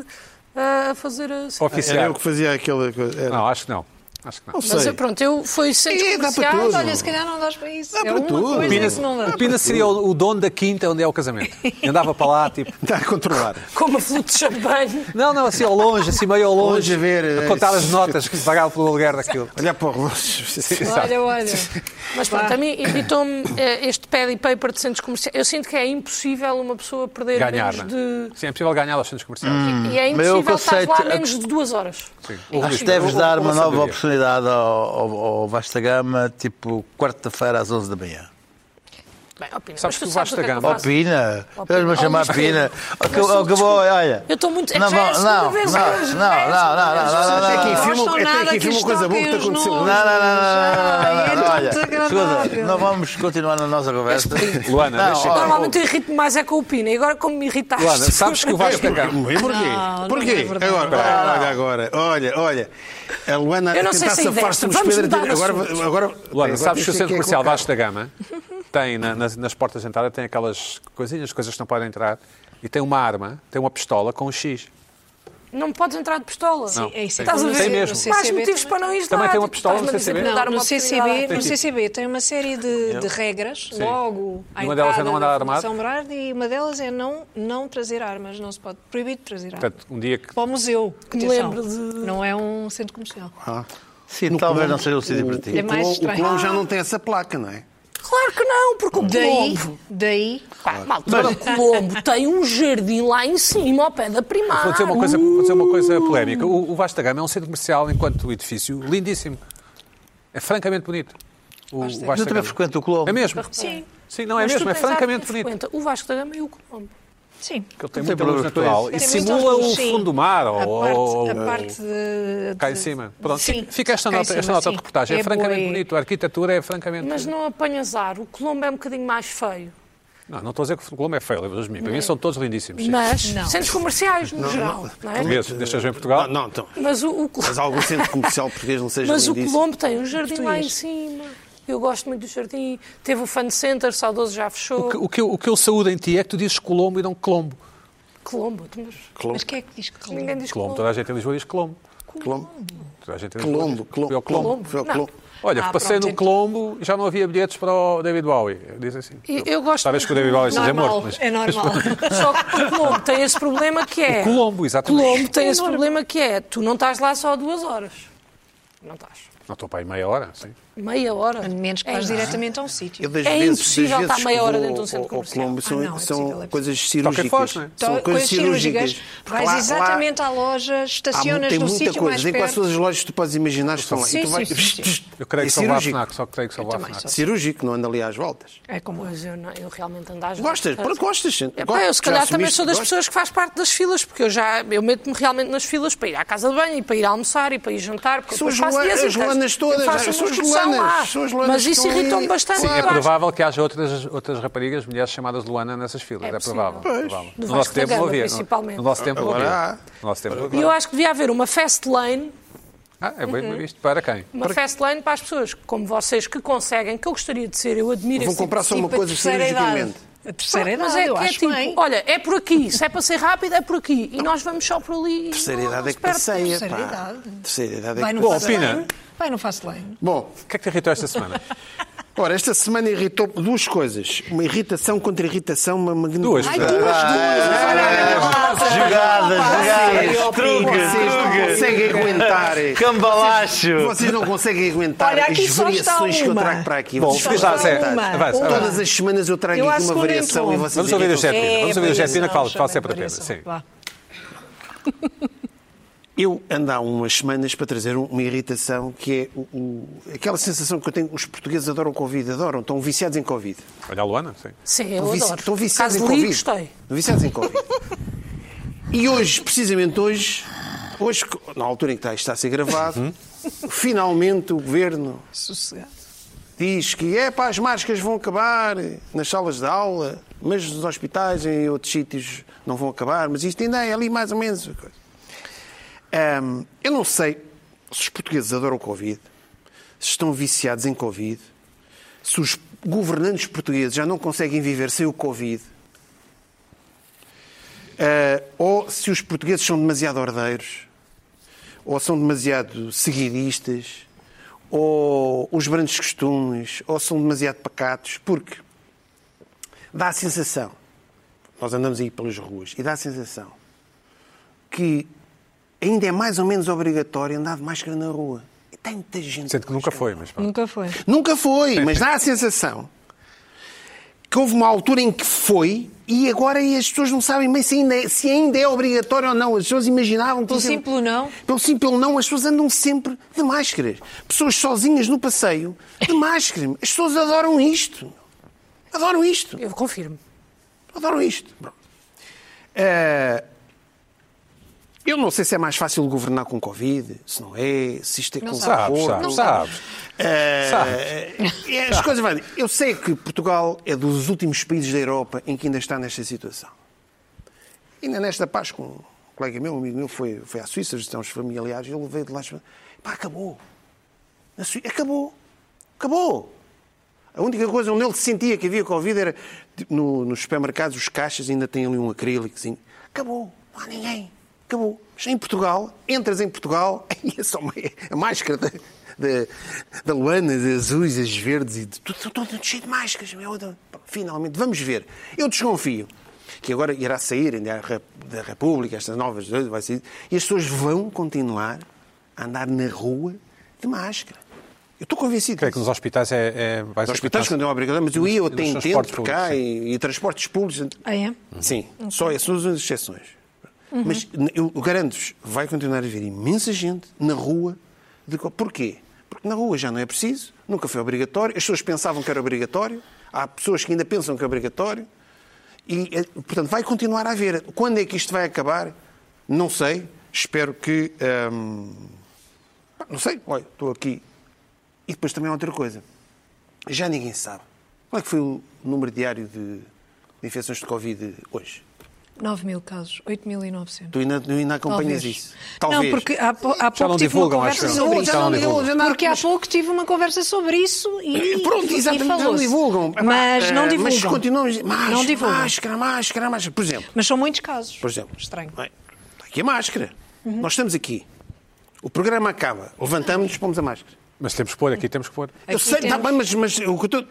Speaker 3: a fazer assim.
Speaker 2: Era
Speaker 1: Oficiar.
Speaker 2: eu que fazia aquela coisa. Era-
Speaker 1: Não, acho que não. Acho que não.
Speaker 2: Não
Speaker 3: Mas
Speaker 2: sei.
Speaker 3: pronto, eu fui centro
Speaker 2: É, dá para
Speaker 3: comercial,
Speaker 2: tudo.
Speaker 4: Olha, se calhar não dás para isso.
Speaker 2: Dá
Speaker 4: é
Speaker 2: para
Speaker 4: uma
Speaker 2: tudo.
Speaker 4: coisa
Speaker 2: Pina-
Speaker 4: que não
Speaker 3: é.
Speaker 4: dá.
Speaker 1: O Pina seria o, o dono da quinta onde é o casamento. E andava para lá, tipo.
Speaker 2: Está a controlar.
Speaker 3: com uma flute de champanhe.
Speaker 1: Não, não, assim ao longe, assim meio ao longe.
Speaker 2: Longe a ver,
Speaker 1: a
Speaker 5: eh,
Speaker 1: contar
Speaker 2: é
Speaker 1: as
Speaker 2: isso.
Speaker 1: notas que se pagava pelo aluguer daquilo.
Speaker 2: Olhar para o relógio.
Speaker 4: Olha, olha.
Speaker 3: Mas pronto, a mim irritou-me eh, este pad e paper de centros comerciais. Eu sinto que é impossível uma pessoa perder
Speaker 1: Ganhar,
Speaker 3: menos
Speaker 1: não
Speaker 3: de...
Speaker 1: é? Sim, é possível ganhar aos centros comerciais.
Speaker 5: Hum.
Speaker 3: E é
Speaker 5: Mas eu
Speaker 3: impossível estar
Speaker 5: conceito-
Speaker 3: lá menos de duas horas.
Speaker 1: Sim.
Speaker 5: Acho que deves
Speaker 1: Ou-
Speaker 5: dar
Speaker 1: ou
Speaker 5: uma nova
Speaker 1: sabedoria.
Speaker 5: oportunidade ao, ao, ao Vasta Gama, tipo quarta-feira às 11 da manhã.
Speaker 3: Bem, ó, Pina,
Speaker 1: Sabes
Speaker 3: mas tu
Speaker 1: que o
Speaker 3: sabes
Speaker 1: Vasco
Speaker 3: o que é que
Speaker 1: da
Speaker 3: eu
Speaker 1: Gama-
Speaker 5: Ó
Speaker 3: faço.
Speaker 5: Pina, eles-me
Speaker 3: Ó,
Speaker 5: chamar
Speaker 3: Luís
Speaker 5: Pina.
Speaker 3: Pedro,
Speaker 5: Ó, que-
Speaker 3: mas
Speaker 5: ó, que
Speaker 3: desculpa,
Speaker 5: bom, olha.
Speaker 3: eu estou muito- é
Speaker 5: Não,
Speaker 3: que já é a
Speaker 5: vão-
Speaker 3: segunda
Speaker 5: não,
Speaker 3: vez
Speaker 5: não,
Speaker 3: hoje, já
Speaker 5: não,
Speaker 3: é a
Speaker 5: não,
Speaker 3: segunda vez
Speaker 5: não, não,
Speaker 3: hoje.
Speaker 5: não,
Speaker 2: Até aqui
Speaker 5: não,
Speaker 2: filme-
Speaker 4: Não
Speaker 2: até
Speaker 4: gostam nada
Speaker 2: aqui
Speaker 4: que
Speaker 2: filme
Speaker 4: lhes
Speaker 2: uma coisa boa que
Speaker 4: toquem os
Speaker 2: aconteceu.
Speaker 4: nomes.
Speaker 5: Não, não, não, não, não, não, não, não,
Speaker 4: Ai, é
Speaker 5: olha.
Speaker 4: tão
Speaker 5: Escuta, não
Speaker 4: desagradável.
Speaker 5: vamos continuar na nossa conversa.
Speaker 1: Luana,
Speaker 5: Não,
Speaker 1: deixa-
Speaker 5: ó,
Speaker 3: Normalmente eu irrito mais é com o Pina, e agora como me irritaste...
Speaker 1: Luana, sabes que o Vasco da Gama.
Speaker 2: E porquê?
Speaker 4: Não, não é
Speaker 2: porquê?
Speaker 4: verdade.
Speaker 2: agora, olha, olha, agora, olha, olha. A Luana
Speaker 3: Eu
Speaker 2: a
Speaker 3: não sei
Speaker 2: tentar
Speaker 3: se é
Speaker 2: safar-se
Speaker 3: desta.
Speaker 2: dos
Speaker 3: Vamos
Speaker 2: Pedro.
Speaker 3: mudar de
Speaker 2: Agora,
Speaker 3: assunto.
Speaker 2: agora,
Speaker 1: Luana,
Speaker 2: agora
Speaker 1: sabes é que o
Speaker 2: temos
Speaker 1: centro
Speaker 2: aqui
Speaker 1: comercial
Speaker 2: colocar.
Speaker 1: Vasco da Gama tem na- nas, nas portas de entrada tem aquelas coisinhas, coisas que não podem entrar, e tem uma arma, tem uma pistola com um X.
Speaker 3: Não podes entrar de pistola.
Speaker 1: Não.
Speaker 4: É isso.
Speaker 3: Estás a
Speaker 1: Tem
Speaker 3: ver?
Speaker 1: mesmo.
Speaker 3: Não há
Speaker 4: CCB
Speaker 3: motivos
Speaker 4: também
Speaker 3: para não ir
Speaker 1: Também
Speaker 3: lá.
Speaker 1: tem uma
Speaker 3: Tipo,
Speaker 1: pistola no
Speaker 3: estás-me a dizer
Speaker 1: CCB?
Speaker 3: que me
Speaker 4: Não,
Speaker 3: dar uma
Speaker 4: no CCB,
Speaker 3: oportunidade.
Speaker 4: no CCB tem uma série de, de regras, logo
Speaker 1: E
Speaker 4: à
Speaker 1: uma delas é não
Speaker 4: entrada
Speaker 1: andar
Speaker 4: da
Speaker 1: armado?
Speaker 4: Fundação Berardi, e uma delas é não, não trazer armas, não se pode proibir de trazer armas.
Speaker 1: Portanto, um dia que.
Speaker 4: Para o museu, que
Speaker 3: me lembro de-
Speaker 4: Não é um centro comercial.
Speaker 5: Sim, talvez não seja o sítio para
Speaker 4: É
Speaker 5: ti.
Speaker 4: mais
Speaker 2: o
Speaker 4: estranho.
Speaker 2: Colombo já não tem essa placa, não é?
Speaker 3: Claro que não, porque o
Speaker 4: Daí,
Speaker 3: Colombo.
Speaker 4: daí,
Speaker 3: Pá, malta, o Colombo tem um jardim lá em cima, ao pé da primária. Uh!
Speaker 1: Vou dizer uma coisa, vou dizer uma coisa polémica. O, o Vasta Gama é um centro comercial enquanto edifício lindíssimo. É francamente bonito. O, o
Speaker 5: Eu
Speaker 1: Vasta Gama.
Speaker 5: também frequento o Colombo.
Speaker 1: É mesmo?
Speaker 3: Sim.
Speaker 1: Sim, não é
Speaker 3: Mas tu
Speaker 1: mesmo, é
Speaker 3: tens a
Speaker 1: francamente
Speaker 3: quem
Speaker 1: bonito.
Speaker 3: frequenta O Vasco da Gama e o Colombo.
Speaker 4: sim.
Speaker 1: Que ele tem
Speaker 5: Não tem
Speaker 1: muita luz
Speaker 5: problemas com
Speaker 1: natural
Speaker 5: isso.
Speaker 1: e
Speaker 4: Tem
Speaker 1: simula
Speaker 4: muitos
Speaker 1: o
Speaker 4: sim.
Speaker 1: fundo do mar
Speaker 4: A
Speaker 1: ou, ou-
Speaker 4: parte,
Speaker 1: ou-
Speaker 4: a parte de,
Speaker 1: cá em
Speaker 4: de-
Speaker 1: cima. Pronto,
Speaker 4: sim.
Speaker 1: fica esta
Speaker 4: Cá em
Speaker 1: nota, esta
Speaker 4: cima,
Speaker 1: nota
Speaker 4: sim.
Speaker 1: de reportagem. É, francamente
Speaker 4: bué.
Speaker 1: bonito, a arquitetura é francamente.
Speaker 3: Mas não apanha azar, o Colombo é um bocadinho mais feio.
Speaker 1: Não, não estou a dizer que o Colombo é feio, lembras de mim. Para mim são todos lindíssimos. sim.
Speaker 3: Mas
Speaker 4: Não.
Speaker 3: centros comerciais, no geral. Não, é?
Speaker 1: Portugueses, deixas em Portugal.
Speaker 2: Não, não, então.
Speaker 3: Mas o, o Colombo-
Speaker 2: Mas algum centro comercial português não seja
Speaker 3: Mas o
Speaker 2: lindíssimo.
Speaker 3: Colombo tem um jardim lá em
Speaker 4: Português.
Speaker 3: cima. Eu gosto muito do jardim. Teve o fan center, saudoso já
Speaker 1: O
Speaker 3: fechou.
Speaker 1: que, o, que eu, o que eu saúdo em ti é que tu dizes Colombo e não Colombo.
Speaker 3: Colombo, mas
Speaker 4: Mas quem é que diz que
Speaker 3: ninguém diz
Speaker 1: Colombo,
Speaker 3: Colombo.
Speaker 1: toda a gente em Lisboa diz Colombo.
Speaker 2: Colombo.
Speaker 1: Toda a gente em Lisboa
Speaker 2: Colombo.
Speaker 1: diz-
Speaker 2: Colombo.
Speaker 1: Foi ao Colombo.
Speaker 2: Foi ao
Speaker 3: Não.
Speaker 2: Colombo.
Speaker 1: Olha,
Speaker 4: Ah,
Speaker 1: passei
Speaker 4: pronto,
Speaker 1: no Colombo e já não havia bilhetes para o David Bowie. Dizem assim.
Speaker 3: Eu, eu gosto
Speaker 1: Talvez que o David Bowie seja
Speaker 4: Normal,
Speaker 1: morto, mas...
Speaker 4: é normal.
Speaker 3: Só que o Colombo tem esse problema que é.
Speaker 1: O Colombo, exatamente.
Speaker 3: Colombo tem esse problema que é. Tu não estás lá só duas horas. Não estás.
Speaker 1: Não estou para aí meia hora, sim.
Speaker 3: Meia hora.
Speaker 4: Menos que
Speaker 3: É
Speaker 4: vais
Speaker 3: isso.
Speaker 4: diretamente a um sítio.
Speaker 2: Eu das
Speaker 3: É
Speaker 2: vezes,
Speaker 3: impossível
Speaker 2: das vezes
Speaker 3: estar meia
Speaker 2: que
Speaker 3: hora
Speaker 2: vou
Speaker 3: dentro de um centro
Speaker 2: ao- ao
Speaker 3: comercial.
Speaker 2: Colombo são,
Speaker 4: Ah, não, é
Speaker 2: são
Speaker 4: possível, é
Speaker 1: Qualquer
Speaker 2: coisas cirúrgicas.
Speaker 1: foz, não é?
Speaker 4: Então,
Speaker 2: São coisas cirúrgicas. Porque
Speaker 4: Vais
Speaker 2: lá-
Speaker 4: exatamente
Speaker 2: lá-
Speaker 4: à loja,
Speaker 2: há mu-
Speaker 4: estacionas
Speaker 2: tem
Speaker 4: no
Speaker 2: muita
Speaker 4: sítio
Speaker 2: coisa.
Speaker 4: mais
Speaker 2: Tem quase
Speaker 4: perto.
Speaker 2: todas as lojas que tu podes imaginar que estão lá.
Speaker 4: Sim,
Speaker 2: e tu
Speaker 4: sim,
Speaker 2: vais...
Speaker 4: sim, sim, sim.
Speaker 1: Eu creio
Speaker 2: é
Speaker 1: que só vou à
Speaker 2: cirúrgico.
Speaker 1: FNAC, só creio que só vou à
Speaker 4: também
Speaker 1: FNAC.
Speaker 4: sou.
Speaker 2: Cirúrgico, não anda ali às voltas.
Speaker 4: É como
Speaker 3: Pois eu, não, eu realmente ando às
Speaker 2: Gostas?
Speaker 3: voltas.
Speaker 2: Pronto, gostas.
Speaker 3: É, pá,
Speaker 2: Gostas,
Speaker 3: eu se
Speaker 2: já
Speaker 3: calhar também
Speaker 2: assumiste
Speaker 3: sou
Speaker 2: que
Speaker 3: das
Speaker 2: gostas.
Speaker 3: pessoas que faz parte das filas, porque eu já eu meto-me realmente nas filas para ir à casa de banho e para ir almoçar e para ir jantar, porque
Speaker 2: São
Speaker 3: eu depois faço
Speaker 2: Joana-
Speaker 3: dias
Speaker 2: as Joanas
Speaker 3: inteiros.
Speaker 2: todas,
Speaker 3: Eu faço
Speaker 2: já- são
Speaker 3: uma
Speaker 2: as
Speaker 3: excursão
Speaker 2: Joanas,
Speaker 3: lá.
Speaker 2: são as Joanas
Speaker 3: Mas
Speaker 2: que
Speaker 3: isso
Speaker 2: estão ali.
Speaker 3: irritou-me bastante.
Speaker 2: Sim,
Speaker 1: Sim,
Speaker 3: porque
Speaker 1: é
Speaker 3: eu acho-
Speaker 1: provável que haja outras, outras raparigas, mulheres chamadas Luana nessas filas. É,
Speaker 3: possível.
Speaker 1: provável.
Speaker 3: Pois.
Speaker 1: provável.
Speaker 3: Do
Speaker 1: No nosso
Speaker 3: Vasco da
Speaker 1: tempo não
Speaker 3: Gama,
Speaker 1: havia.
Speaker 3: principalmente.
Speaker 1: No nosso tempo não
Speaker 2: Agora
Speaker 1: havia.
Speaker 2: há.
Speaker 1: No nosso tempo não
Speaker 3: E
Speaker 1: havia.
Speaker 3: eu acho que devia haver uma fast lane,
Speaker 1: Ah, é bem visto. Para quem?
Speaker 3: uma fast lane para as pessoas como vocês que conseguem, que eu gostaria de ser, eu admiro
Speaker 2: Vou
Speaker 3: esse tipo
Speaker 2: comprar só uma
Speaker 4: Tipo a
Speaker 2: coisa
Speaker 4: terceira idade.
Speaker 2: cirurgicamente.
Speaker 4: A terceira
Speaker 3: Mas
Speaker 4: idade,
Speaker 3: é
Speaker 4: eu
Speaker 3: que é
Speaker 4: acho
Speaker 3: tipo,
Speaker 4: bem.
Speaker 3: olha, é por aqui, se é para ser rápido, é por aqui. E nós vamos só por ali. e
Speaker 2: Terceira
Speaker 3: não- não
Speaker 2: idade é
Speaker 3: se
Speaker 2: que
Speaker 3: perde.
Speaker 2: passeia,
Speaker 4: terceira
Speaker 2: pá.
Speaker 4: idade.
Speaker 2: Terceira idade é
Speaker 4: Vai
Speaker 2: que
Speaker 4: no
Speaker 1: Bom,
Speaker 4: fast
Speaker 1: opina.
Speaker 4: lane. Vai no fast lane.
Speaker 2: Bom,
Speaker 1: O que é que te irritou esta semana?
Speaker 2: ora, esta semana irritou duas coisas. Uma irritação contra irritação, uma magnífica.
Speaker 1: Duas.
Speaker 4: Ai, duas, duas.
Speaker 5: Jogadas, jogadas, truques, truques.
Speaker 2: conseguem aguentar.
Speaker 5: Cambalacho.
Speaker 2: Vocês não conseguem aguentar
Speaker 4: Olha, aqui
Speaker 2: as
Speaker 4: só está
Speaker 2: variações que eu
Speaker 4: uma.
Speaker 2: trago para aqui.
Speaker 1: Bom,
Speaker 2: Vocês
Speaker 1: diz
Speaker 2: fazem
Speaker 1: lá, Zé.
Speaker 4: uma.
Speaker 1: Avança,
Speaker 4: Uma.
Speaker 1: avança.
Speaker 2: Todas as semanas eu trago
Speaker 4: Eu à
Speaker 2: aqui uma
Speaker 4: segunda
Speaker 2: variação
Speaker 4: entro.
Speaker 2: e vocês
Speaker 1: Vamos ouvir a
Speaker 4: É,
Speaker 2: irritam-se.
Speaker 1: Jetina. Vamos ouvir a Jetina que fala,
Speaker 4: Vá,
Speaker 1: fala sempre a pena. Sim.
Speaker 2: Eu ando há umas semanas para trazer um- uma irritação que é o- o- aquela sensação que eu tenho. Os portugueses adoram Covid, adoram, estão viciados em Covid.
Speaker 1: Olha a Luana, sim.
Speaker 3: Sim, eu
Speaker 2: Estão vici-
Speaker 3: adoro.
Speaker 2: Estão viciados em
Speaker 3: Caso li,
Speaker 2: Covid.
Speaker 3: gostei.
Speaker 2: Estão viciados em Covid. E hoje, precisamente hoje, hoje, na altura em que está- está a ser gravado, finalmente o governo
Speaker 4: Sossegado.
Speaker 2: diz que é pá, as máscaras vão acabar nas salas de aula, mas nos hospitais em outros sítios não vão acabar, mas isto ainda é ali mais ou menos. a coisa. Ahm, eu não sei se os portugueses adoram o Covid, se estão viciados em Covid, se os governantes portugueses já não conseguem viver sem o Covid, ah, ou se os portugueses são demasiado ordeiros, ou são demasiado seguidistas, ou os grandes costumes, ou são demasiado pacatos, porque dá a sensação, nós andamos aí pelas ruas, e dá a sensação que ainda é mais ou menos obrigatório andar de máscara na rua. E tem muita gente.
Speaker 1: Sinto que
Speaker 2: de
Speaker 1: nunca
Speaker 2: máscara.
Speaker 1: foi, mas pronto.
Speaker 4: Nunca foi.
Speaker 2: Nunca foi, mas dá a sensação que houve uma altura em que foi e agora as pessoas não sabem bem se ainda é, se ainda é obrigatório ou não. As pessoas imaginavam que.
Speaker 4: Pelo
Speaker 2: isso era-
Speaker 4: sim, pelo não.
Speaker 2: Pelo sim, pelo não, as pessoas andam sempre de máscaras. Pessoas sozinhas no passeio, de máscara. As pessoas adoram isto. Adoram isto.
Speaker 3: Eu confirmo.
Speaker 2: Adoram isto. Pronto. Eh, eu não sei se é mais fácil governar com Covid, se não é, se isto é com
Speaker 1: Sabes,
Speaker 2: sabor.
Speaker 1: sabes, sabes.
Speaker 2: Eh,
Speaker 1: Sabes.
Speaker 2: eh, as coisas vão. Eu sei que Portugal é dos últimos países da Europa em que ainda está nesta situação. Ainda nesta Páscoa, um colega meu, um amigo meu, foi, foi à Suíça, estão os familiares, ele veio de lá e disse, pá, acabou. Na Suí- Acabou. Acabou. A única coisa onde ele sentia que havia Covid era tipo, no- nos supermercados, os caixas ainda têm ali um acrílicozinho. Acabou. Não há ninguém. Acabou. Mas em Portugal, entras em Portugal, aí é só uma- a máscara da, da, da Luana, de azuis, as verdes e de tudo, tudo, tudo cheio de máscaras. meu Deus. Pá, Finalmente, vamos ver. Eu desconfio que agora irá sair ainda a Rep- da República, estas novas, vai sair, e as pessoas vão continuar a andar na rua de máscara. Eu estou convencido.
Speaker 1: Creio que nos hospitais é, é- vai
Speaker 2: Os
Speaker 1: ser
Speaker 2: hospitais
Speaker 1: quitado.
Speaker 2: quando é obrigatório, mas eu ia, eu
Speaker 1: Nos
Speaker 2: até entendo,
Speaker 1: transportes
Speaker 2: por cá,
Speaker 1: públicos,
Speaker 2: e, e transportes públicos.
Speaker 4: Ah, é?
Speaker 2: Sim, só essas são as exceções. Mas n- eu garanto-vos, vai continuar a haver imensa gente na rua. De... co- Porquê? Porque na rua já não é preciso, nunca foi obrigatório, as pessoas pensavam que era obrigatório, há pessoas que ainda pensam que é obrigatório, e, eh, portanto, vai continuar a haver. Quando é que isto vai acabar? Não sei. Espero que. hum, pá, Não sei. Olha, estou aqui. E depois também há outra coisa. Já ninguém sabe. Qual é que foi o número diário de de infecções de Covid hoje?
Speaker 4: 9 mil casos, 8.900.
Speaker 2: Tu ainda, tu ainda acompanhas isso?
Speaker 4: Não, porque há, po- há pouco
Speaker 1: não
Speaker 4: tive uma
Speaker 1: divulgam,
Speaker 4: conversa
Speaker 1: acho eu.
Speaker 4: sobre
Speaker 1: Já não
Speaker 4: isso.
Speaker 1: divulgam.
Speaker 4: Porque há pouco tive uma conversa sobre isso e
Speaker 2: Pronto,
Speaker 4: e
Speaker 2: exatamente, não
Speaker 4: falou-se.
Speaker 2: divulgam. Epá,
Speaker 4: Mas não
Speaker 2: eh,
Speaker 4: divulgam.
Speaker 2: Mas continuamos. Máscara,
Speaker 4: Não divulgam.
Speaker 2: Máscara, máscara, máscara. Por exemplo,
Speaker 4: Mas são muitos casos.
Speaker 2: por exemplo.
Speaker 4: Estranho.
Speaker 2: Bem, Está aqui a máscara. Nós estamos aqui. O programa acaba. Levantamos-nos, pomos a máscara.
Speaker 1: Mas temos que pôr, aqui temos que pôr.
Speaker 2: eu
Speaker 4: Aqui
Speaker 2: sei, está
Speaker 4: temos-
Speaker 2: bem, mas, mas o que eu estou.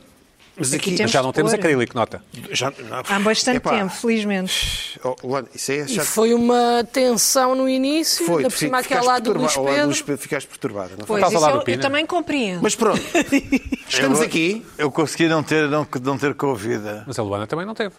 Speaker 2: Mas aqui.
Speaker 4: temos-
Speaker 1: Mas já não temos
Speaker 4: pôr.
Speaker 1: acrílico, nota.
Speaker 2: já- não,
Speaker 4: Há bastante
Speaker 2: epá,
Speaker 4: tempo, felizmente.
Speaker 2: oh, Luana, isso aí é
Speaker 3: E
Speaker 2: chato.
Speaker 3: foi uma tensão no início,
Speaker 2: Foi,
Speaker 3: ainda
Speaker 2: tu
Speaker 3: por cima
Speaker 2: ficaste
Speaker 3: aquela lá do
Speaker 2: perturba-
Speaker 3: Luís
Speaker 2: ao lado do
Speaker 3: Pedro.
Speaker 2: Luís Pedro, Ficaste perturbada, não foi?
Speaker 4: Pois,
Speaker 1: Estás a
Speaker 4: isso é
Speaker 1: falar do
Speaker 4: eu, eu
Speaker 1: Pina?
Speaker 4: também compreendo.
Speaker 2: Mas pronto, estamos
Speaker 5: Eu-
Speaker 2: aqui.
Speaker 5: Eu consegui não ter, não, não ter Covid.
Speaker 1: Mas a Luana também não teve.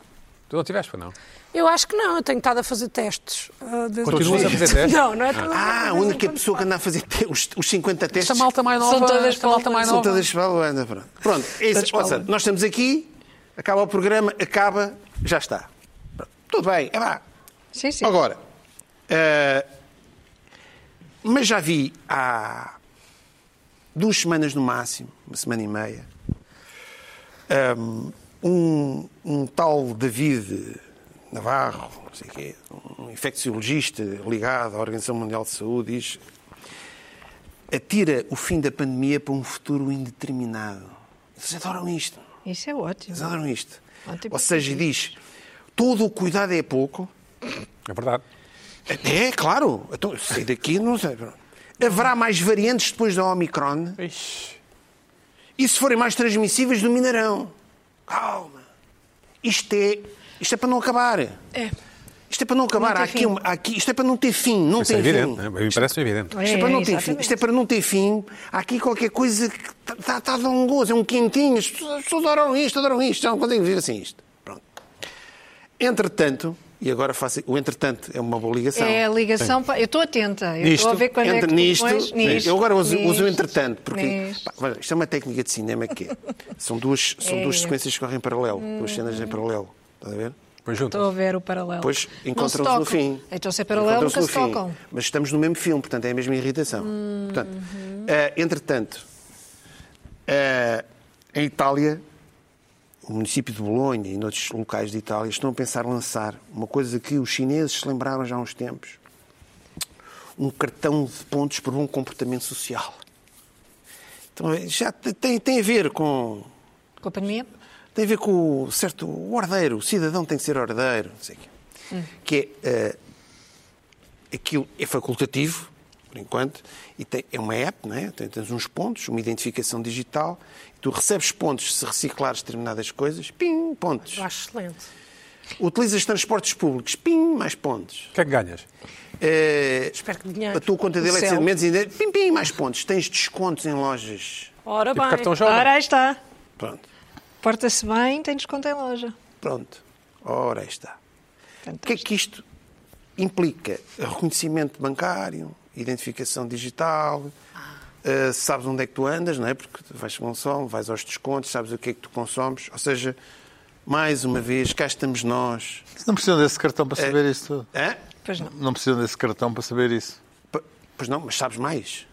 Speaker 1: Tu não tiveste, para não?
Speaker 3: Eu acho que não, eu tenho estado a fazer testes. ah, de-
Speaker 1: Continuas a fazer testes?
Speaker 3: Não, não é tudo.
Speaker 2: Ah, a única pessoa que anda a fazer te- os, os 50 testes.
Speaker 1: Esta malta mais nova.
Speaker 4: São todas
Speaker 1: esta malta
Speaker 4: para-
Speaker 1: mais
Speaker 2: são
Speaker 1: nova.
Speaker 2: todas anda, pronto. Pronto, é isso.
Speaker 4: Todas
Speaker 2: Ou seja,
Speaker 4: falam.
Speaker 2: nós estamos aqui, acaba o programa, acaba, já está. Pronto. Tudo bem, é lá.
Speaker 4: Sim, sim.
Speaker 2: Agora, eh, mas já vi há duas semanas no máximo, uma semana e meia, ehm, um, um tal David Navarro, não sei o quê, um infecciologista ligado à Organização Mundial de Saúde, diz atira o fim da pandemia para um futuro indeterminado. Eles adoram isto.
Speaker 4: Isso é ótimo.
Speaker 2: Eles adoram isto.
Speaker 4: Ótimo.
Speaker 2: Ou seja, diz, todo o cuidado é pouco,
Speaker 1: É verdade.
Speaker 2: é, claro. Então, eu sei daqui, não sei. Haverá mais variantes depois da Omicron? E se forem mais transmissíveis, dominarão. Calma. Isto é, isto é para não acabar.
Speaker 4: É.
Speaker 2: Isto é para não acabar.
Speaker 4: ter
Speaker 2: Há aqui
Speaker 4: fim.
Speaker 2: uma- há aqui- isto é para não ter fim. Não
Speaker 1: Isso
Speaker 2: tem
Speaker 1: é evidente.
Speaker 2: fim.
Speaker 1: né? A mim parece evidente.
Speaker 4: É,
Speaker 2: Isto é para não ter fim.
Speaker 4: exatamente.
Speaker 2: Isto é para não ter fim. Há aqui qualquer coisa que está a dar um gozo, é um quentinho. As pessoas as pessoas adoram isto, adoram isto. Já não conseguem viver sem isto. Pronto. Entretanto, e agora faço. O entretanto é uma boa ligação.
Speaker 4: É a ligação. pa- Eu estou atenta. Eu estou a ver quando é que
Speaker 2: Entre-
Speaker 4: tu
Speaker 2: nisto,
Speaker 4: pões, nisto,
Speaker 2: eu agora uso,
Speaker 4: nisto,
Speaker 2: uso o entretanto, porque
Speaker 4: nisto.
Speaker 2: pá, olha, isto é uma técnica de cinema que é. São duas, são
Speaker 4: É.
Speaker 2: duas sequências que correm em paralelo, duas cenas em paralelo. Estás a ver?
Speaker 1: Pois
Speaker 4: Estou a
Speaker 1: juntas.
Speaker 4: ver o paralelo.
Speaker 2: Depois
Speaker 4: Não
Speaker 2: encontram-se
Speaker 4: se
Speaker 2: no
Speaker 4: tocam.
Speaker 2: fim.
Speaker 4: Então, se é paralelo, nunca se
Speaker 2: Encontram-se no
Speaker 4: tocam.
Speaker 2: fim. Mas estamos no mesmo filme, portanto é a mesma irritação. Portanto,
Speaker 4: Uhum.
Speaker 2: eh, entretanto, eh, em Itália, o município de Bolonha e noutros locais de Itália estão a pensar lançar uma coisa que os chineses se lembraram já há uns tempos: um cartão de pontos por bom comportamento social. Então, eh, já te- tem, tem a ver com
Speaker 4: Com a pandemia?
Speaker 2: tem a ver com o certo o ordeiro, o cidadão tem que ser ordeiro, não sei o quê.
Speaker 4: Hum.
Speaker 2: Que é eh, aquilo é facultativo, por enquanto, e tem, é uma app, não é? Tem- tens uns pontos, uma identificação digital, e tu recebes pontos se reciclares determinadas coisas, pim, pontos.
Speaker 3: Eu acho excelente.
Speaker 2: Utilizas transportes públicos, pim, mais pontos.
Speaker 1: O que é que ganhas?
Speaker 2: Eh,
Speaker 3: Espero que dinheiro.
Speaker 2: a tua conta é de
Speaker 4: O céu.
Speaker 2: eletriciamentos, ainda- pim, pim, mais pontos. Tens descontos em lojas.
Speaker 3: Ora
Speaker 1: Tipo
Speaker 3: bem.
Speaker 1: cartão jovem.
Speaker 4: Ora, aí está.
Speaker 2: Pronto,
Speaker 4: Porta-se bem, tem desconto em loja.
Speaker 2: pronto. Ora aí está. O que é
Speaker 4: Fantástico.
Speaker 2: que isto implica? Reconhecimento bancário, identificação digital, eh, sabes onde é que tu andas, não é? Porque vais ao consome, vais aos descontos, sabes o que é que tu consomes. Ou seja, mais uma vez, cá estamos nós.
Speaker 5: Não precisam desse cartão para saber isso tudo.
Speaker 2: Hã?
Speaker 4: Pois não.
Speaker 5: Não precisam desse cartão para saber isso.
Speaker 2: P- Pois não, mas sabes mais.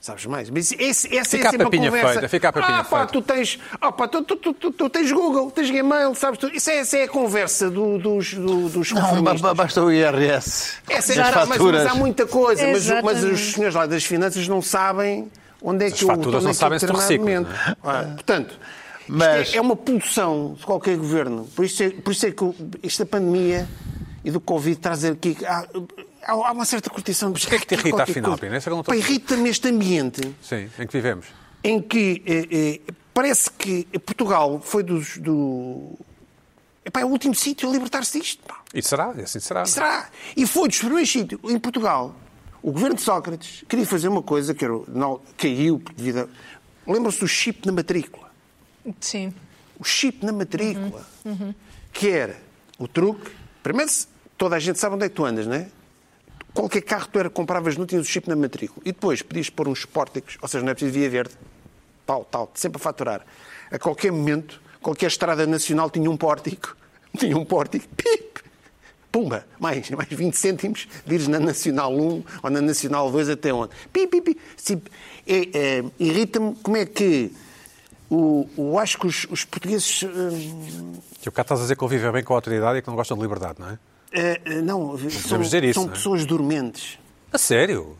Speaker 2: Sabes mais. Mas esse, essa
Speaker 1: Fica
Speaker 2: é
Speaker 1: a
Speaker 2: sempre
Speaker 1: papinha
Speaker 2: conversa.
Speaker 1: feita, fica a papinha
Speaker 2: ah, pá,
Speaker 1: feita.
Speaker 2: tu tens, ah, pá, tu, tu, tu, tu, tu tens Google, tens Gmail, sabes tu. Isso é, essa é a conversa do- dos, do, dos
Speaker 5: Não, ba-
Speaker 2: conformistas.
Speaker 5: ba- basta o IRS.
Speaker 2: É,
Speaker 5: As
Speaker 2: sim, mas- mas,
Speaker 5: faturas.
Speaker 2: há muita coisa, mas, mas
Speaker 4: Exatamente.
Speaker 2: os senhores lá das finanças não sabem onde é que o
Speaker 1: faturas
Speaker 2: onde
Speaker 1: não é?
Speaker 2: é que
Speaker 1: sabem se tu
Speaker 2: o determinado
Speaker 1: reciclas,
Speaker 2: momento. Ah, portanto, isto
Speaker 5: Mas-
Speaker 2: é, é uma pulsão de qualquer governo. Por isso é, por isso é que o- esta pandemia e do Covid traz aqui. Há, há, há uma certa cortição.
Speaker 1: Mas o que é que te irrita, afinal, Pina? Essa é que eu não estou a
Speaker 2: Pá,
Speaker 1: perceber.
Speaker 2: irrita-me este ambiente
Speaker 1: Sim, em que vivemos.
Speaker 2: em que eh, eh, parece que Portugal foi dos. Do... Epá, é o último sítio a libertar-se disto. pá.
Speaker 1: E será, e assim será. não é?
Speaker 2: Será? E foi dos primeiros sítios em Portugal. O governo de Sócrates queria fazer uma coisa que era, o- não, caiu por devido a... Lembram-se do chip na matrícula.
Speaker 4: Sim.
Speaker 2: O chip na matrícula. Que era o truque. Primeiro, se- toda a gente sabe onde é que tu andas, não é? Qualquer carro que tu era, compravas não tinhas o chip na matrícula. E depois pedias pôr uns pórticos, ou seja, não é preciso via verde. Tal, tal, sempre a faturar. A qualquer momento, qualquer estrada nacional tinha um pórtico. Tinha um pórtico. Pip! Pumba, mais, mais 20 cêntimos, vires na Nacional 1 ou na Nacional 2 até onde. Pi, pi, pi. Sim, é, é, Irrita-me como é que o, o- acho que os, os portugueses. hum,
Speaker 1: Que o cara estás a dizer que convivem bem com a autoridade e que não gostam de liberdade, não é?
Speaker 2: eh, eh, não, são,
Speaker 1: dizer isso,
Speaker 2: são
Speaker 1: não é?
Speaker 2: pessoas dormentes.
Speaker 1: A sério?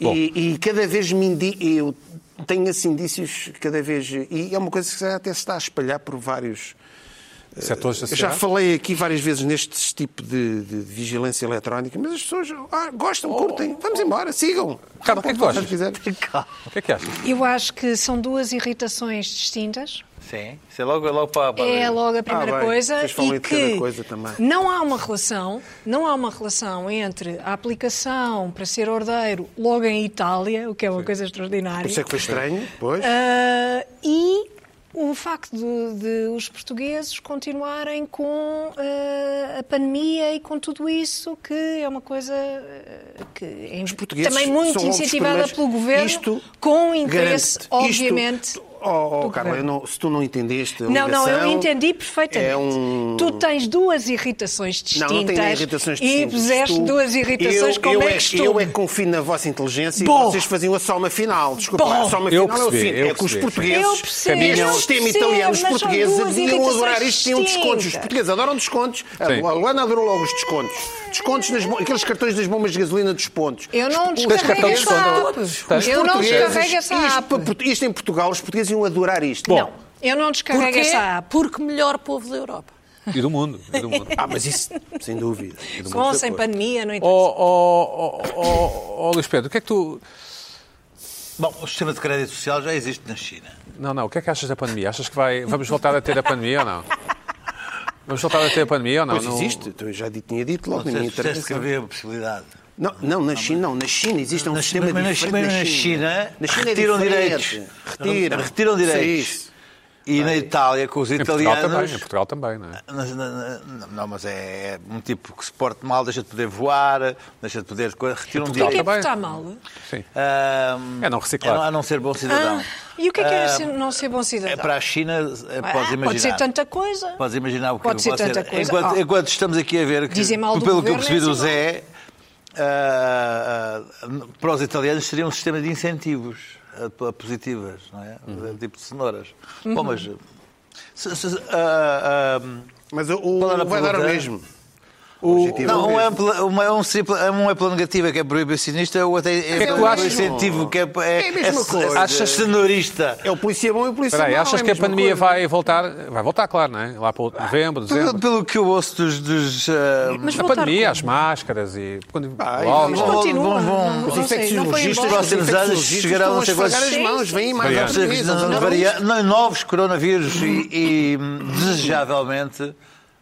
Speaker 1: Bom.
Speaker 2: E, e cada vez me indi eu tenho esses indícios cada vez. E é uma coisa que até se está a espalhar por vários.
Speaker 1: Setores da
Speaker 2: Eu já
Speaker 1: sociedade?
Speaker 2: falei aqui várias vezes neste tipo de, de vigilância eletrónica, mas as pessoas ah, gostam, curtem, vamos embora, sigam.
Speaker 1: Carla, Oh. o que é que tu achas?
Speaker 2: Quiser.
Speaker 1: O que é que achas?
Speaker 4: Eu acho que são duas irritações distintas.
Speaker 5: Sim. Isso é logo, logo para. para-
Speaker 4: É logo a
Speaker 2: Ah,
Speaker 4: primeira
Speaker 2: bem,
Speaker 4: coisa.
Speaker 2: vocês falam
Speaker 4: E
Speaker 2: de cada
Speaker 4: que
Speaker 2: coisa também.
Speaker 4: não há uma relação, não há uma relação entre a aplicação para ser ordeiro logo em Itália, o que é uma coisa
Speaker 2: Por
Speaker 4: extraordinária.
Speaker 2: isso é que foi estranho, pois.
Speaker 4: Ah, e o facto de, de os portugueses continuarem com ah, a pandemia e com tudo isso, que é uma coisa ah, que é
Speaker 2: Os portugueses
Speaker 4: também muito
Speaker 2: são logo os
Speaker 4: incentivada
Speaker 2: primeiros.
Speaker 4: pelo governo,
Speaker 2: Isto
Speaker 4: com interesse,
Speaker 2: garante-te.
Speaker 4: obviamente.
Speaker 2: Isto, oh, oh,
Speaker 4: do
Speaker 2: Carla, eu
Speaker 4: governo.
Speaker 2: não- se tu não entendeste a
Speaker 4: Não, não, eu
Speaker 2: ligação,
Speaker 4: entendi perfeitamente.
Speaker 2: É um...
Speaker 4: Tu tens duas irritações distintas.
Speaker 2: Não, não tem nem irritações
Speaker 4: E
Speaker 2: distintas.
Speaker 4: puseste
Speaker 2: Tu-
Speaker 4: duas irritações
Speaker 2: eu,
Speaker 4: como
Speaker 2: eu
Speaker 4: é que estou.
Speaker 2: Eu é que confio na vossa inteligência
Speaker 4: Bom.
Speaker 2: e vocês faziam a soma final. Desculpa,
Speaker 4: Bom.
Speaker 2: a soma
Speaker 1: Eu
Speaker 2: final é o
Speaker 1: percebi,
Speaker 2: seguinte:
Speaker 1: eu
Speaker 2: é que os
Speaker 1: percebi.
Speaker 4: Eu
Speaker 2: portugueses,
Speaker 4: percebo,
Speaker 2: este
Speaker 4: eu
Speaker 2: sistema
Speaker 4: percebo,
Speaker 2: italiano, os
Speaker 4: mas são
Speaker 2: portugueses
Speaker 4: duas
Speaker 2: deviam adorar
Speaker 4: irritações
Speaker 2: isto, tinham descontos. Os
Speaker 4: distintas.
Speaker 2: portugueses adoram descontos. A
Speaker 1: Sim.
Speaker 2: a Luana adorou logo os descontos. Descontos nas bo- aqueles cartões das bombas de gasolina dos pontos.
Speaker 4: Eu não
Speaker 2: Os-
Speaker 4: descarrego
Speaker 1: cartões
Speaker 4: essa
Speaker 1: são
Speaker 4: app.
Speaker 1: todos.
Speaker 4: Eu não
Speaker 2: portugueses,
Speaker 4: descarrego essa
Speaker 2: isto
Speaker 4: app.
Speaker 2: para Portu- Isto em Portugal, os portugueses iam adorar isto.
Speaker 1: Bom.
Speaker 4: Não, eu não descarrego
Speaker 3: Porquê?
Speaker 4: essa app.
Speaker 3: Porque melhor povo da Europa.
Speaker 1: E do mundo, e do mundo.
Speaker 2: Ah, mas isso, sem dúvida.
Speaker 4: Com, sem pandemia,
Speaker 5: Oh,
Speaker 4: não
Speaker 1: Ó,
Speaker 4: interessa.
Speaker 1: ó, ó, ó, ó, oh, Luís Pedro, o que é que tu...
Speaker 5: Bom, o sistema de crédito social já existe na China.
Speaker 1: Não, não, o que é que achas da pandemia? Achas que vai... vamos voltar a ter a pandemia ou não? Vamos voltar a ter a pandemia ou não?
Speaker 2: Mas
Speaker 1: Não-
Speaker 2: existe, então eu já di- tinha dito logo na
Speaker 5: Não sei
Speaker 2: minha
Speaker 5: se disseste que
Speaker 2: intervenção.
Speaker 5: havia a possibilidade.
Speaker 2: Não, não, na China não, na China existe um
Speaker 5: Ah, Na
Speaker 2: sistema
Speaker 5: China- mas na
Speaker 2: diferente
Speaker 5: China-
Speaker 2: na
Speaker 5: na
Speaker 2: China.
Speaker 5: China
Speaker 2: Na China é
Speaker 5: retiram
Speaker 2: diferente.
Speaker 5: direitos.
Speaker 2: Retiram.
Speaker 5: Retiram direitos.
Speaker 2: Sim, isso.
Speaker 5: E na Itália, com os
Speaker 1: Em Portugal
Speaker 5: italianos.
Speaker 1: também, em Portugal também, não é?
Speaker 5: Na- na- na- Não, mas é um tipo que se porte mal, deixa de poder voar, deixa de poder. co- Retira um
Speaker 4: O que é que
Speaker 5: direito.
Speaker 1: também.
Speaker 4: é portar mal?
Speaker 1: Sim.
Speaker 5: Ah, Ahm,
Speaker 1: É não reciclar.
Speaker 5: É não, a não ser bom cidadão.
Speaker 4: E o que é que é
Speaker 5: Ahm,
Speaker 4: ser- não ser bom cidadão?
Speaker 5: Ah, é para a China, é,
Speaker 4: Ah,
Speaker 5: podes imaginar.
Speaker 4: pode ser tanta coisa.
Speaker 5: Podes imaginar o que
Speaker 4: Pode ser
Speaker 5: você- é
Speaker 4: tanta coisa.
Speaker 5: Enquanto,
Speaker 4: Ah.
Speaker 5: enquanto estamos aqui a ver, que,
Speaker 4: Dizem mal do
Speaker 5: pelo que eu
Speaker 4: governo,
Speaker 5: percebi
Speaker 4: é
Speaker 5: do
Speaker 4: assim
Speaker 5: Zé, ah, ah, para os italianos seria um sistema de incentivos ah, positivas, não é?
Speaker 1: Uhum.
Speaker 5: Tipo de cenouras.
Speaker 4: Uhum.
Speaker 5: Bom, mas. se- se- eh, ah, ah,
Speaker 2: Mas o, o-
Speaker 5: Qual era a
Speaker 2: vai dar o
Speaker 5: pergunta?
Speaker 2: mesmo. O objetivo é o
Speaker 5: Não, um é,
Speaker 2: mesmo.
Speaker 5: pla- uma, é um, tripla- é um é pela negativa, que é proibicionista, ou até é,
Speaker 1: que é que tu
Speaker 5: pelo
Speaker 1: achas?
Speaker 5: incentivo, que é,
Speaker 2: É a mesma coisa.
Speaker 5: Achas cenorista.
Speaker 2: É o polícia bom e o polícia
Speaker 1: Espera aí,
Speaker 2: mau,
Speaker 1: achas
Speaker 2: é
Speaker 1: que a
Speaker 2: mesma
Speaker 1: pandemia
Speaker 2: coisa.
Speaker 1: vai voltar? Vai voltar, claro, não é? Lá para o- novembro,
Speaker 5: Pelo,
Speaker 1: dezembro.
Speaker 5: pelo que eu ouço dos... dos ah,
Speaker 4: Mas
Speaker 1: A
Speaker 4: voltar
Speaker 1: pandemia,
Speaker 4: como?
Speaker 1: as máscaras e... Quando...
Speaker 2: Vai,
Speaker 1: o
Speaker 2: Mas
Speaker 1: álcool.
Speaker 5: vão-
Speaker 4: continua,
Speaker 5: vão- vão-
Speaker 4: não- não
Speaker 5: os
Speaker 2: Os
Speaker 4: sei, não foi
Speaker 2: infectologistas,
Speaker 4: embora.
Speaker 2: os infectologistas
Speaker 5: chegarão
Speaker 2: estão
Speaker 5: não
Speaker 2: a
Speaker 5: sei quantos-
Speaker 2: esfregar as mãos, vêm mais
Speaker 5: Variantes.
Speaker 2: vários meses, eles adoram
Speaker 5: Varia-
Speaker 2: isto.
Speaker 5: não, novos coronavírus e, e, desejavelmente,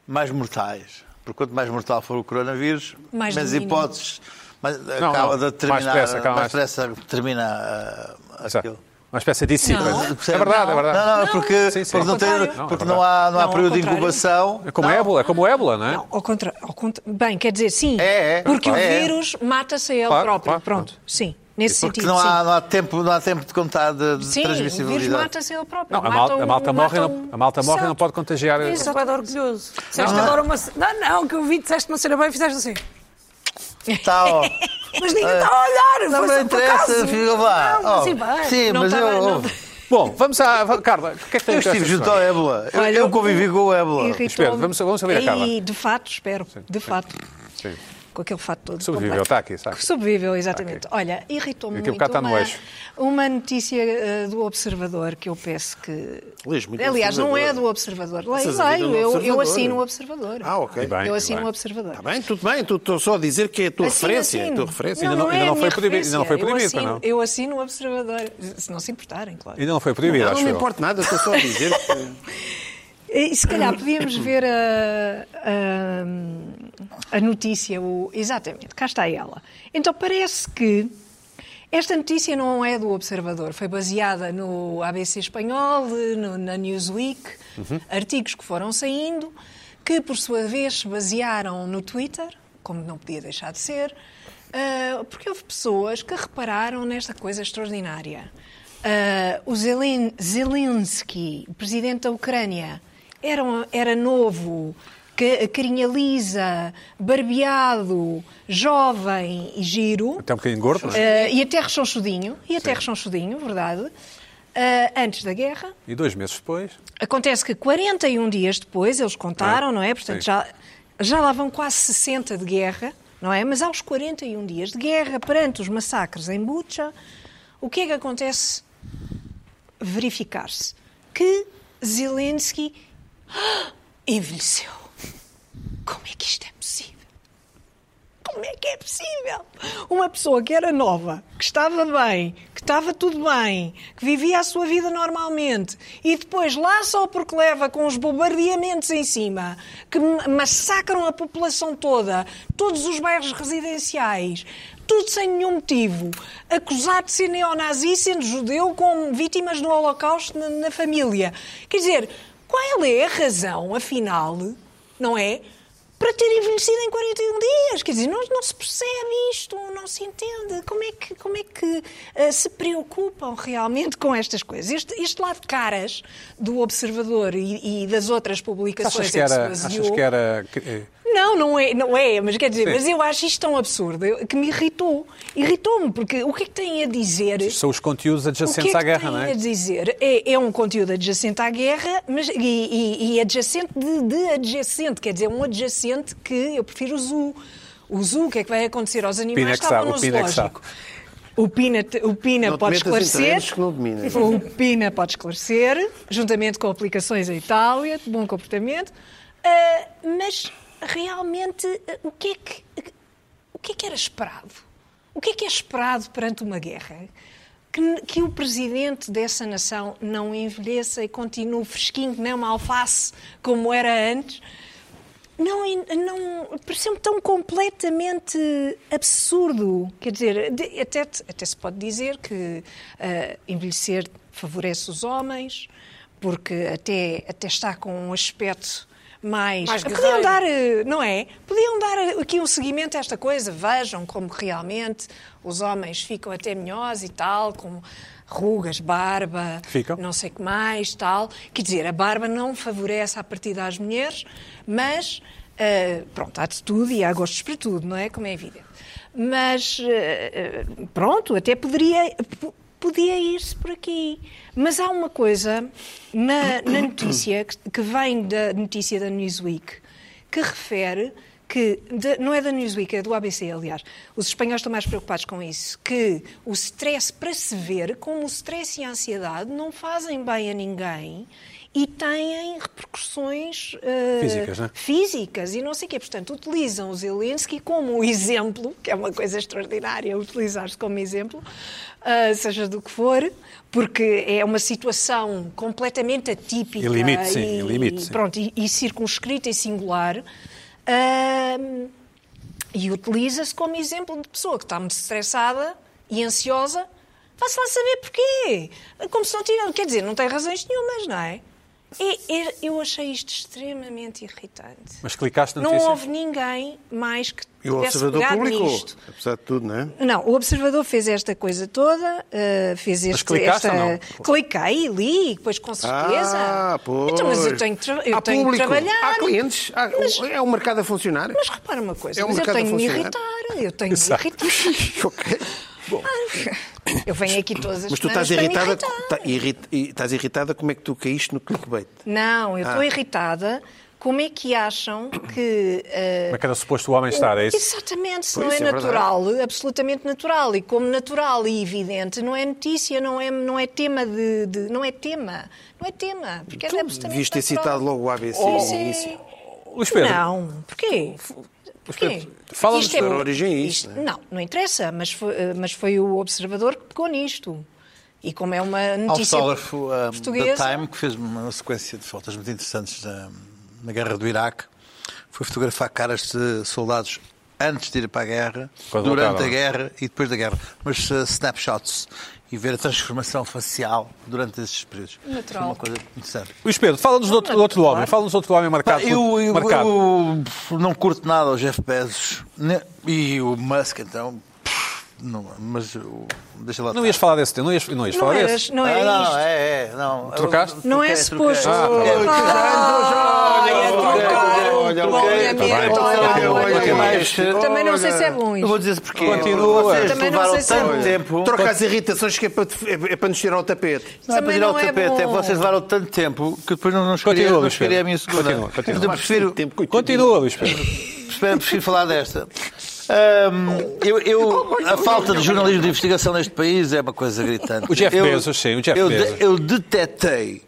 Speaker 5: mais mortais. Porque quanto mais mortal for o coronavírus,
Speaker 4: Mais
Speaker 5: menos
Speaker 4: domínio.
Speaker 5: hipóteses. Mas
Speaker 1: não,
Speaker 5: acaba de
Speaker 1: mais
Speaker 5: terminar...
Speaker 1: depressa, acaba
Speaker 5: mais
Speaker 1: mais-
Speaker 5: depressa termina ah,
Speaker 1: Exato.
Speaker 5: aquilo.
Speaker 1: Uma espécie de ciclo.
Speaker 4: Não.
Speaker 1: É verdade, é verdade.
Speaker 5: Não, não, porque,
Speaker 1: Sim, sim.
Speaker 5: porque não,
Speaker 1: Ao
Speaker 5: tem-
Speaker 4: contrário.
Speaker 1: Não, é
Speaker 5: porque
Speaker 1: verdade.
Speaker 5: não há, não há
Speaker 4: Não, ao
Speaker 5: período de
Speaker 4: contrário.
Speaker 5: incubação.
Speaker 1: É como
Speaker 5: Não.
Speaker 1: ébola, é como ébola, não é?
Speaker 4: Não, ao contra... ao contra- Bem, quer dizer, sim.
Speaker 5: É, é.
Speaker 4: porque
Speaker 5: Claro.
Speaker 4: o
Speaker 5: É.
Speaker 4: vírus mata-se a ele
Speaker 1: Claro,
Speaker 4: próprio.
Speaker 1: claro.
Speaker 4: Pronto, sim. Nesse
Speaker 5: Porque
Speaker 4: sentido,
Speaker 5: não
Speaker 4: sim.
Speaker 5: há, não há tempo, não há tempo de contar de, de
Speaker 4: Sim, o vírus
Speaker 5: transmissibilidade.
Speaker 4: mata-se ele próprio.
Speaker 1: Não, a,
Speaker 4: Mata
Speaker 1: malta, a
Speaker 4: um-
Speaker 1: malta morre, e
Speaker 4: mata
Speaker 1: não,
Speaker 4: um-
Speaker 1: a malta morre e não
Speaker 4: Exato.
Speaker 1: pode contagiar.
Speaker 4: Isso.
Speaker 3: Estou quase é orgulhoso. Disseste agora uma. ce- Não, não, que eu vi, disseste uma cena bem e fizeste assim.
Speaker 5: Tá, ó.
Speaker 3: Mas ninguém está a olhar.
Speaker 5: É.
Speaker 3: foi
Speaker 5: Não me
Speaker 3: só por
Speaker 5: interessa,
Speaker 3: acaso.
Speaker 5: fica lá.
Speaker 3: Não, mas
Speaker 5: Ó,
Speaker 3: e bem.
Speaker 5: Sim,
Speaker 4: Não
Speaker 5: mas
Speaker 4: tá
Speaker 5: eu. oh,
Speaker 4: bem, não.
Speaker 1: Bom, vamos à. va- Carla, o que é que tem
Speaker 5: Eu
Speaker 1: interesse
Speaker 5: estive
Speaker 1: esta
Speaker 5: junto ao
Speaker 1: semana?
Speaker 5: ébola. Eu,
Speaker 4: Olha,
Speaker 5: eu convivi com o ébola.
Speaker 4: Irritou-me.
Speaker 1: Espera, vamos- vamos ouvir a Carla.
Speaker 4: E, de fato, espero. de fato.
Speaker 1: Sim.
Speaker 4: com aquele fato todo.
Speaker 1: Sobreviveu,
Speaker 4: completo.
Speaker 1: está tá aqui, está aqui.
Speaker 4: Que sobreviveu, exatamente. Olha, irritou-me
Speaker 1: Aquilo
Speaker 4: muito
Speaker 1: cá está no
Speaker 4: uma,
Speaker 1: eixo.
Speaker 4: uma notícia eh, do Observador que eu peço que...
Speaker 2: Lês muito o
Speaker 4: Aliás, não é
Speaker 2: Observador.
Speaker 4: do Observador. Leio,
Speaker 2: Essas vidas
Speaker 4: leio.
Speaker 2: no
Speaker 4: Eu, eu
Speaker 2: Observador.
Speaker 4: assino o Observador.
Speaker 2: Ah, ok.
Speaker 1: E bem,
Speaker 4: eu
Speaker 1: e
Speaker 4: assino
Speaker 1: bem.
Speaker 4: o Observador.
Speaker 2: Está Tá bem, tudo bem. tu- Estou só a dizer que é a tua
Speaker 4: Assino,
Speaker 2: referência. É a
Speaker 4: assino.
Speaker 2: tua referência.
Speaker 1: Ainda não-
Speaker 4: é
Speaker 1: ainda não
Speaker 4: a
Speaker 1: foi
Speaker 4: minha
Speaker 1: proibido- ainda não foi
Speaker 4: referência.
Speaker 1: proibido,
Speaker 4: eu assino,
Speaker 1: não?
Speaker 4: Eu assino o observador, se não se importarem, claro.
Speaker 1: Ainda não foi proibido,
Speaker 2: Não,
Speaker 1: acho
Speaker 2: não me
Speaker 1: eu.
Speaker 2: importa nada, estou só a dizer que.
Speaker 4: E se calhar podíamos ver a, a, a notícia, o, exatamente, cá está ela. Então parece que esta notícia não é do Observador, foi baseada no ABC espanhol, no- na Newsweek, artigos que foram saindo, que por sua vez se basearam no Twitter, como não podia deixar de ser, ah, porque houve pessoas que repararam nesta coisa extraordinária. Ah, o Zelen- Zelensky, o presidente da Ucrânia, era, um- era novo, ca- carinha lisa, barbeado, jovem e giro.
Speaker 1: Até um bocadinho gordo, não é?
Speaker 4: Ah, e até rechonchudinho, e até rechonchudinho, verdade. Ah, antes da guerra,
Speaker 1: E dois meses depois,
Speaker 4: Acontece que 41 dias depois, eles contaram,
Speaker 1: É,
Speaker 4: não é? Portanto,
Speaker 1: sim.
Speaker 4: já, já lá vão quase 60 de guerra, não é? Mas aos 41 dias de guerra, perante os massacres em Bucha, o que é que acontece? Verificar-se que Zelensky ah, envelheceu. Como é que isto é possível? Como é que é possível? Uma pessoa que era nova, que estava bem, que estava tudo bem, que vivia a sua vida normalmente e depois lá só porque leva com os bombardeamentos em cima, que ma- massacram a população toda, todos os bairros residenciais, tudo sem nenhum motivo, acusado de ser neonazi, sendo judeu, com vítimas do Holocausto na, na família. Quer dizer, qual é a razão, afinal, não é? para ter envelhecido em 41 dias. Quer dizer, não, não se percebe isto, não se entende. Como é que, como é que ah, se preocupam realmente com estas coisas? Este, este lado de caras do Observador e, e das outras publicações
Speaker 1: achas que
Speaker 4: em
Speaker 1: era.
Speaker 4: é que se
Speaker 1: Achas
Speaker 4: baseou-
Speaker 1: que era. que- eh,
Speaker 4: não, não é, não é, mas quer dizer,
Speaker 1: Sim.
Speaker 4: mas eu acho isto tão absurdo eu- que me irritou. Irritou-me, porque o que é que têm a dizer?
Speaker 1: São os conteúdos
Speaker 4: O que
Speaker 1: adjacentes
Speaker 4: é que
Speaker 1: à guerra,
Speaker 4: têm
Speaker 1: não
Speaker 4: a
Speaker 1: é?
Speaker 4: dizer? É, é um conteúdo adjacente à guerra mas, e, e- e adjacente de, de adjacente, quer dizer, um adjacente que eu prefiro o zoo. O zoo, o que é que vai acontecer aos animais
Speaker 1: Pina é
Speaker 4: que
Speaker 1: que sabe,
Speaker 4: estavam no
Speaker 1: o Pina é que sabe.
Speaker 4: zoológico? O Pina, o Pina
Speaker 2: Não te
Speaker 4: pode
Speaker 2: metas em terrenos
Speaker 4: esclarecer.
Speaker 2: que não dominas.
Speaker 4: O Um Pina pode esclarecer, juntamente com aplicações em Itália, de bom comportamento. Ah, mas realmente, ah, o que é que. O que é que era esperado? O que é que é esperado perante uma guerra? Que, que o presidente dessa nação não envelheça e continue fresquinho, que nem uma alface, como era antes. Não, en- não pareceu-me tão completamente absurdo. Quer dizer, de- até, te- até se pode dizer que ah, envelhecer favorece os homens, porque até, até está com um aspecto mais.
Speaker 3: Mais
Speaker 4: podiam
Speaker 3: guerreiro.
Speaker 4: dar, eh, não é? Podiam dar eh, aqui um seguimento a esta coisa. Vejam como realmente os homens ficam até melhores e tal, com rugas, barba,
Speaker 1: Ficam?
Speaker 4: não sei o que mais, tal. Quer dizer, a barba não favorece a partida às mulheres, mas ah, pronto, há de tudo e há gostos para tudo, não é? Como é evidente. Mas ah, ah, pronto, até poderia. po- Podia ir-se por aqui. Mas há uma coisa na, na notícia, que, que vem da notícia da Newsweek, que refere que, de- não é da Newsweek, é do ABC, aliás. Os espanhóis estão mais preocupados com isso. Que o stress, para se ver, como o stress e a ansiedade não fazem bem a ninguém e têm repercussões eh,
Speaker 1: Físicas, né?
Speaker 4: físicas e não sei o quê. Portanto, utilizam o Zelensky como um exemplo, que é uma coisa extraordinária utilizar-se como exemplo, ah, seja do que for, porque é uma situação completamente atípica.
Speaker 1: E limite, sim, e limite, sim.
Speaker 4: Pronto, e, e circunscrita e singular. ah, e utiliza-se como exemplo de pessoa que está muito estressada e ansiosa. Vá-se lá saber porquê. Como se não tivesse. Quer dizer, não tem razões nenhumas, não é? E- e- eu achei isto extremamente irritante.
Speaker 1: Mas clicaste na
Speaker 4: Não
Speaker 1: notícia.
Speaker 4: houve ninguém mais que
Speaker 2: é- E o
Speaker 4: tivesse
Speaker 2: observador
Speaker 4: pegado
Speaker 2: publicou,
Speaker 4: nisto.
Speaker 2: apesar de tudo, não é?
Speaker 4: Não, o observador fez esta coisa toda, eh, fez este,
Speaker 1: clicaste
Speaker 4: esta.
Speaker 1: ou não?
Speaker 4: Cliquei, li, depois com certeza.
Speaker 2: Ah, pois.
Speaker 4: Então, mas eu tenho, que tra- eu
Speaker 2: Há
Speaker 4: tenho que
Speaker 2: público,
Speaker 4: trabalhar.
Speaker 2: Há clientes. há- É o mercado a funcionar.
Speaker 4: Mas repara uma coisa,
Speaker 2: É um
Speaker 4: mas eu
Speaker 2: mercado a
Speaker 4: tenho de me
Speaker 2: funcionar.
Speaker 4: irritar, eu tenho de me
Speaker 1: Exato.
Speaker 4: irritar.
Speaker 2: Ok.
Speaker 4: Eu venho aqui todas as
Speaker 2: Mas tu
Speaker 4: semanas
Speaker 2: estás
Speaker 4: para me
Speaker 2: irritada,
Speaker 4: irritar.
Speaker 2: tá- irrit- e estás irritada como é que tu caíste no clickbait.
Speaker 4: Não, eu estou irritada como é que acham que. eh,
Speaker 1: Como é que era suposto o homem estar? É isso?
Speaker 4: Exatamente, se
Speaker 2: Pois,
Speaker 4: não é,
Speaker 2: é verdade.
Speaker 4: natural, absolutamente natural. E como natural e evidente, não é notícia, não é, não é tema de, de- Não é tema. Não é tema. Porque é
Speaker 2: Tu
Speaker 4: absolutamente
Speaker 2: devias ter
Speaker 4: natural.
Speaker 2: citado logo o ABC
Speaker 4: Sim,
Speaker 2: no
Speaker 4: sim.
Speaker 2: início.
Speaker 1: Luís Pedro,
Speaker 4: Não, porquê? Porquê?
Speaker 1: Pedro, fala-nos
Speaker 4: Isto é
Speaker 2: da
Speaker 4: o-
Speaker 2: origem a isto,
Speaker 4: isto- Não, não interessa, mas foi, eh, mas foi o observador que pegou nisto. E como é uma
Speaker 5: Há um
Speaker 4: notícia
Speaker 5: fotógrafo ah,
Speaker 4: portuguesa...
Speaker 5: da Time que fez uma sequência de fotos muito interessantes na, na guerra do Iraque. Foi fotografar caras de soldados antes de ir para a guerra,
Speaker 1: Quando
Speaker 5: durante
Speaker 1: voltaram. é?
Speaker 5: a guerra e depois da guerra. Mas ah, snapshots e ver a transformação facial durante esses períodos.
Speaker 4: Natural.
Speaker 5: Foi uma coisa interessante.
Speaker 1: Luís Pedro, fala-nos do outro, do outro homem. Fala-nos do outro homem marcado. por-
Speaker 5: Pá, Ah, eu, eu-
Speaker 1: Tá marcado.
Speaker 5: eu não curto nada o Jeff Bezos né? e o Musk, então. pff, Não, mas eu- deixa lá.
Speaker 1: Não
Speaker 5: estar.
Speaker 1: ias falar desse tema, não ias, não ias
Speaker 4: Não,
Speaker 1: falar
Speaker 4: era,
Speaker 1: desse.
Speaker 4: não
Speaker 5: Ah,
Speaker 4: era
Speaker 5: não,
Speaker 4: isto.
Speaker 5: é, é, não.
Speaker 1: Trocaste?
Speaker 5: Eu-
Speaker 4: Não é
Speaker 5: troquei, tá troquei.
Speaker 4: suposto.
Speaker 1: Ah, ok.
Speaker 5: Troquei.
Speaker 4: Olha,
Speaker 5: então,
Speaker 4: olha, olha, olha. Também não sei se é bom
Speaker 5: Eu vou
Speaker 4: isto.
Speaker 5: dizer porquê.
Speaker 1: Continua.
Speaker 5: Vocês
Speaker 4: Também não
Speaker 5: levaram
Speaker 4: sei se é
Speaker 5: tanto
Speaker 4: bom.
Speaker 5: tempo. um
Speaker 2: Troca as irritações que é para, te- é para nos tirar o tapete.
Speaker 5: Não é para
Speaker 4: Também
Speaker 5: tirar o
Speaker 4: não é
Speaker 5: tapete, é que
Speaker 4: bom.
Speaker 5: vocês levaram tanto tempo que depois não, não escolhi,
Speaker 1: Continua,
Speaker 5: não
Speaker 1: Luís
Speaker 5: escolhi a
Speaker 1: Pedro.
Speaker 5: minha segunda.
Speaker 1: Continua, continua.
Speaker 5: Então, prefiro,
Speaker 2: Tempo, coitadinho.
Speaker 1: Continua, Luís Pedro.
Speaker 5: Espero prefiro falar desta. Ahm, eu, eu- a falta de jornalismo de investigação neste país é uma coisa gritante.
Speaker 1: O Jeff
Speaker 5: eu,
Speaker 1: Bezos, sim, o Jeff
Speaker 5: eu de-
Speaker 1: Bezos.
Speaker 5: eu detetei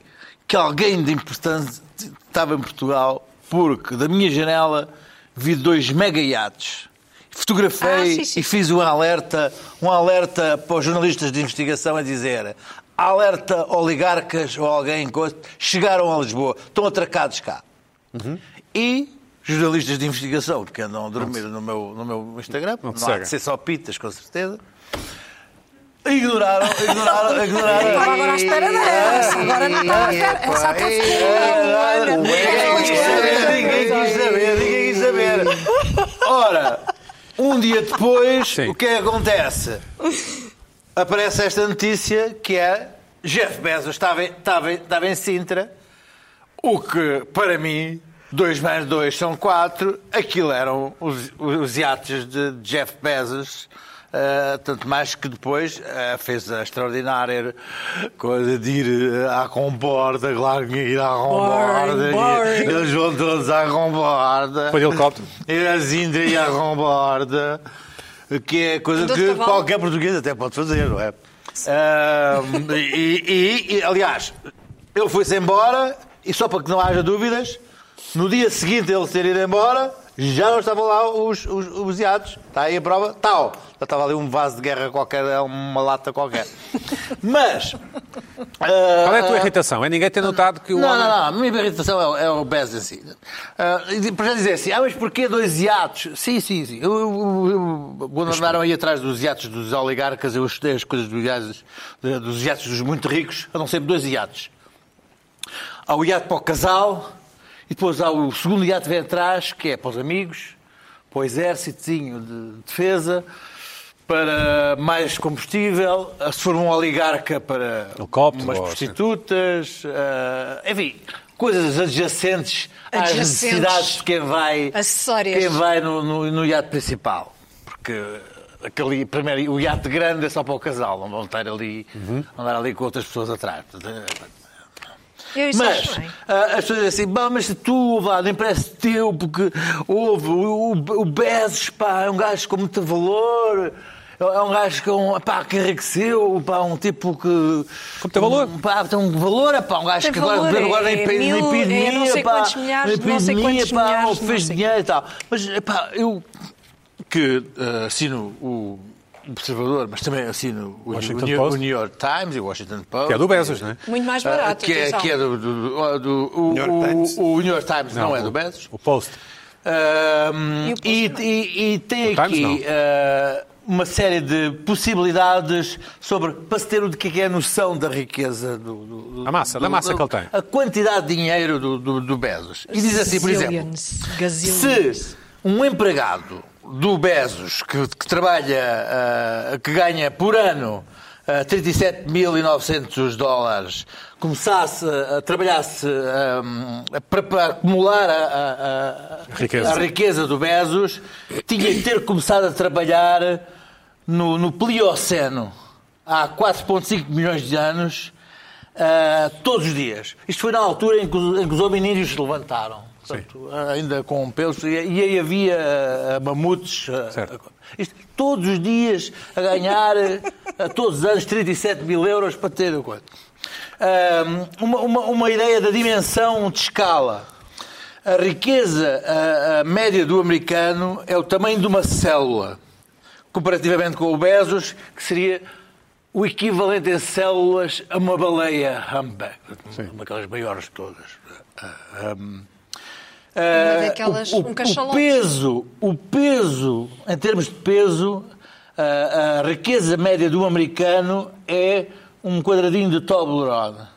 Speaker 5: que alguém de importância estava em Portugal porque da minha janela vi dois mega iates. Fotografei
Speaker 4: Ah, sim, sim.
Speaker 5: e fiz um alerta, um alerta para os jornalistas de investigação a dizer alerta oligarcas ou alguém coisa, chegaram a Lisboa, estão atracados cá e jornalistas de investigação, que andam a dormir no meu, no meu Instagram, não,
Speaker 1: te
Speaker 5: há
Speaker 1: seguem.
Speaker 5: de ser só pitas, com certeza. Ignoraram, ignoraram, ignoraram.
Speaker 3: Estava agora à espera dessa, agora não estava à espera. Essa é até ficou uma
Speaker 5: Ninguém quis saber, ninguém quis saber, ninguém quis saber. Ora, um dia depois,
Speaker 1: Sim.
Speaker 5: o que é que acontece? Aparece esta notícia que é Jeff Bezos estava, em- estava, em- estava em Sintra, o que, para mim, dois mais dois são quatro. aquilo eram os, os iates de Jeff Bezos. ah, tanto mais que depois ah, fez a extraordinária coisa de ir ah, à comborda, claro que ir à comborda. e
Speaker 4: boring.
Speaker 5: Eles vão todos à comborda.
Speaker 1: Foi de helicóptero?
Speaker 5: Ir à Sintra e à comborda, que é coisa
Speaker 4: Andou Um de
Speaker 5: que
Speaker 4: cavalo?
Speaker 5: qualquer português até pode fazer, não é? Ahm, e, e- e, aliás, ele foi-se embora, e só para que não haja dúvidas, no dia seguinte ele ter ido embora, já não estavam lá os, os, os iados. Está aí a prova? Tal. Já estava ali um vaso de guerra qualquer, uma lata qualquer. Mas. ah,
Speaker 1: Qual é a tua irritação? É ninguém ter notado que o
Speaker 5: não,
Speaker 1: homem.
Speaker 5: não, não. A minha irritação é, o- é o Bez em si. Ah, e para já dizer assim, ah, mas porquê dois hiatos? Sim, sim, sim. Eu, eu, eu, quando andaram aí atrás dos hiatos dos oligarcas, eu estudei as coisas dos hiatos, de- dos hiatos dos muito ricos, andam sempre dois hiatos. Há o hiato para o casal, e depois há o segundo hiato que vem atrás, que é para os amigos, para o exércitozinho de defesa, para mais combustível, se for um oligarca para
Speaker 1: Helicóptero,
Speaker 5: umas
Speaker 1: ou- assim.
Speaker 5: prostitutas, ah, enfim, coisas adjacentes, às
Speaker 4: Adjacentes.
Speaker 5: necessidades de quem vai,
Speaker 4: Acessórias.
Speaker 5: quem vai no, no, no iate principal. Porque aquele, primeiro, o iate grande é só para o casal, não vão estar ali,
Speaker 1: Uhum.
Speaker 5: andar ali com outras pessoas atrás. Portanto, é-
Speaker 4: Eu isso
Speaker 5: mas
Speaker 4: acho bem.
Speaker 5: ah, as pessoas dizem assim, "Bah, mas tu, vá, não parece teu, porque houve o, o, o Bezos, pá, é um gajo com muito valor, é é um gajo que, é um, pá, que enriqueceu, pá, um tipo que...
Speaker 1: Com muito valor.
Speaker 5: Um, pá, tem um valor, é, pá, um gajo
Speaker 4: Tem
Speaker 5: que agora,
Speaker 4: valor,
Speaker 5: agora
Speaker 4: é
Speaker 5: em pe- na
Speaker 4: mil- é
Speaker 5: epidemia,
Speaker 4: não sei
Speaker 5: pá,
Speaker 4: quantos milhares,
Speaker 5: na
Speaker 4: não sei
Speaker 5: epidemia,
Speaker 4: quantos
Speaker 5: pá,
Speaker 4: milhares, não
Speaker 5: fez
Speaker 4: sei
Speaker 5: dinheiro e tal. Mas, pá, eu que eh, assino o Observador, mas também assino o,
Speaker 1: Washington
Speaker 5: o New,
Speaker 1: Post.
Speaker 5: o New York Times e o Washington Post.
Speaker 1: Que é do Bezos, não é?
Speaker 4: Muito mais
Speaker 5: Ah,
Speaker 4: barato,
Speaker 5: que, é,
Speaker 4: atenção.
Speaker 5: que é do, do- do- do- o,
Speaker 2: New York Times.
Speaker 5: o- o New York Times não, é
Speaker 1: o-
Speaker 5: do Bezos.
Speaker 1: O post.
Speaker 5: Ahm,
Speaker 4: E o Post
Speaker 5: e,
Speaker 4: não.
Speaker 5: e- e tem
Speaker 1: O Times
Speaker 5: aqui
Speaker 1: não.
Speaker 5: ah, uma série de possibilidades sobre para se ter o de que é a noção da riqueza do, do- do-
Speaker 1: A massa, da
Speaker 5: do-
Speaker 1: massa
Speaker 5: do-
Speaker 1: que ele tem.
Speaker 5: A quantidade de dinheiro do, do, do Bezos. E diz assim, por exemplo,
Speaker 4: Gazillions, gazillions.
Speaker 5: se um empregado do Bezos que, que trabalha, ah, que ganha por ano ah, 37.900 dólares, começasse a trabalhasse ah, para, para acumular a, a- a-
Speaker 1: Riqueza.
Speaker 5: a riqueza do Bezos, tinha que ter começado a trabalhar no, no Plioceno há 4,5 milhões de anos, ah, todos os dias. Isto foi na altura em que os, em que os hominídeos se levantaram. Portanto, ainda com pelos. E, e aí havia ah, mamutes. ah,
Speaker 1: Certo.
Speaker 5: isto, todos os dias a ganhar, ah, a todos os anos, 37 mil euros para ter o quanto. Ah, uma, uma, uma ideia da dimensão de escala. A riqueza ah, ah, média do americano é o tamanho de uma célula, comparativamente com o Bezos, que seria o equivalente em células a uma baleia humpback, uma daquelas maiores de todas. Ah, ah,
Speaker 4: Uma
Speaker 5: eh,
Speaker 4: daquelas,
Speaker 5: o,
Speaker 4: um
Speaker 5: o-
Speaker 4: cachalote.
Speaker 5: o peso, o peso, em termos de peso, a, a riqueza média do americano é um quadradinho de Toblerone.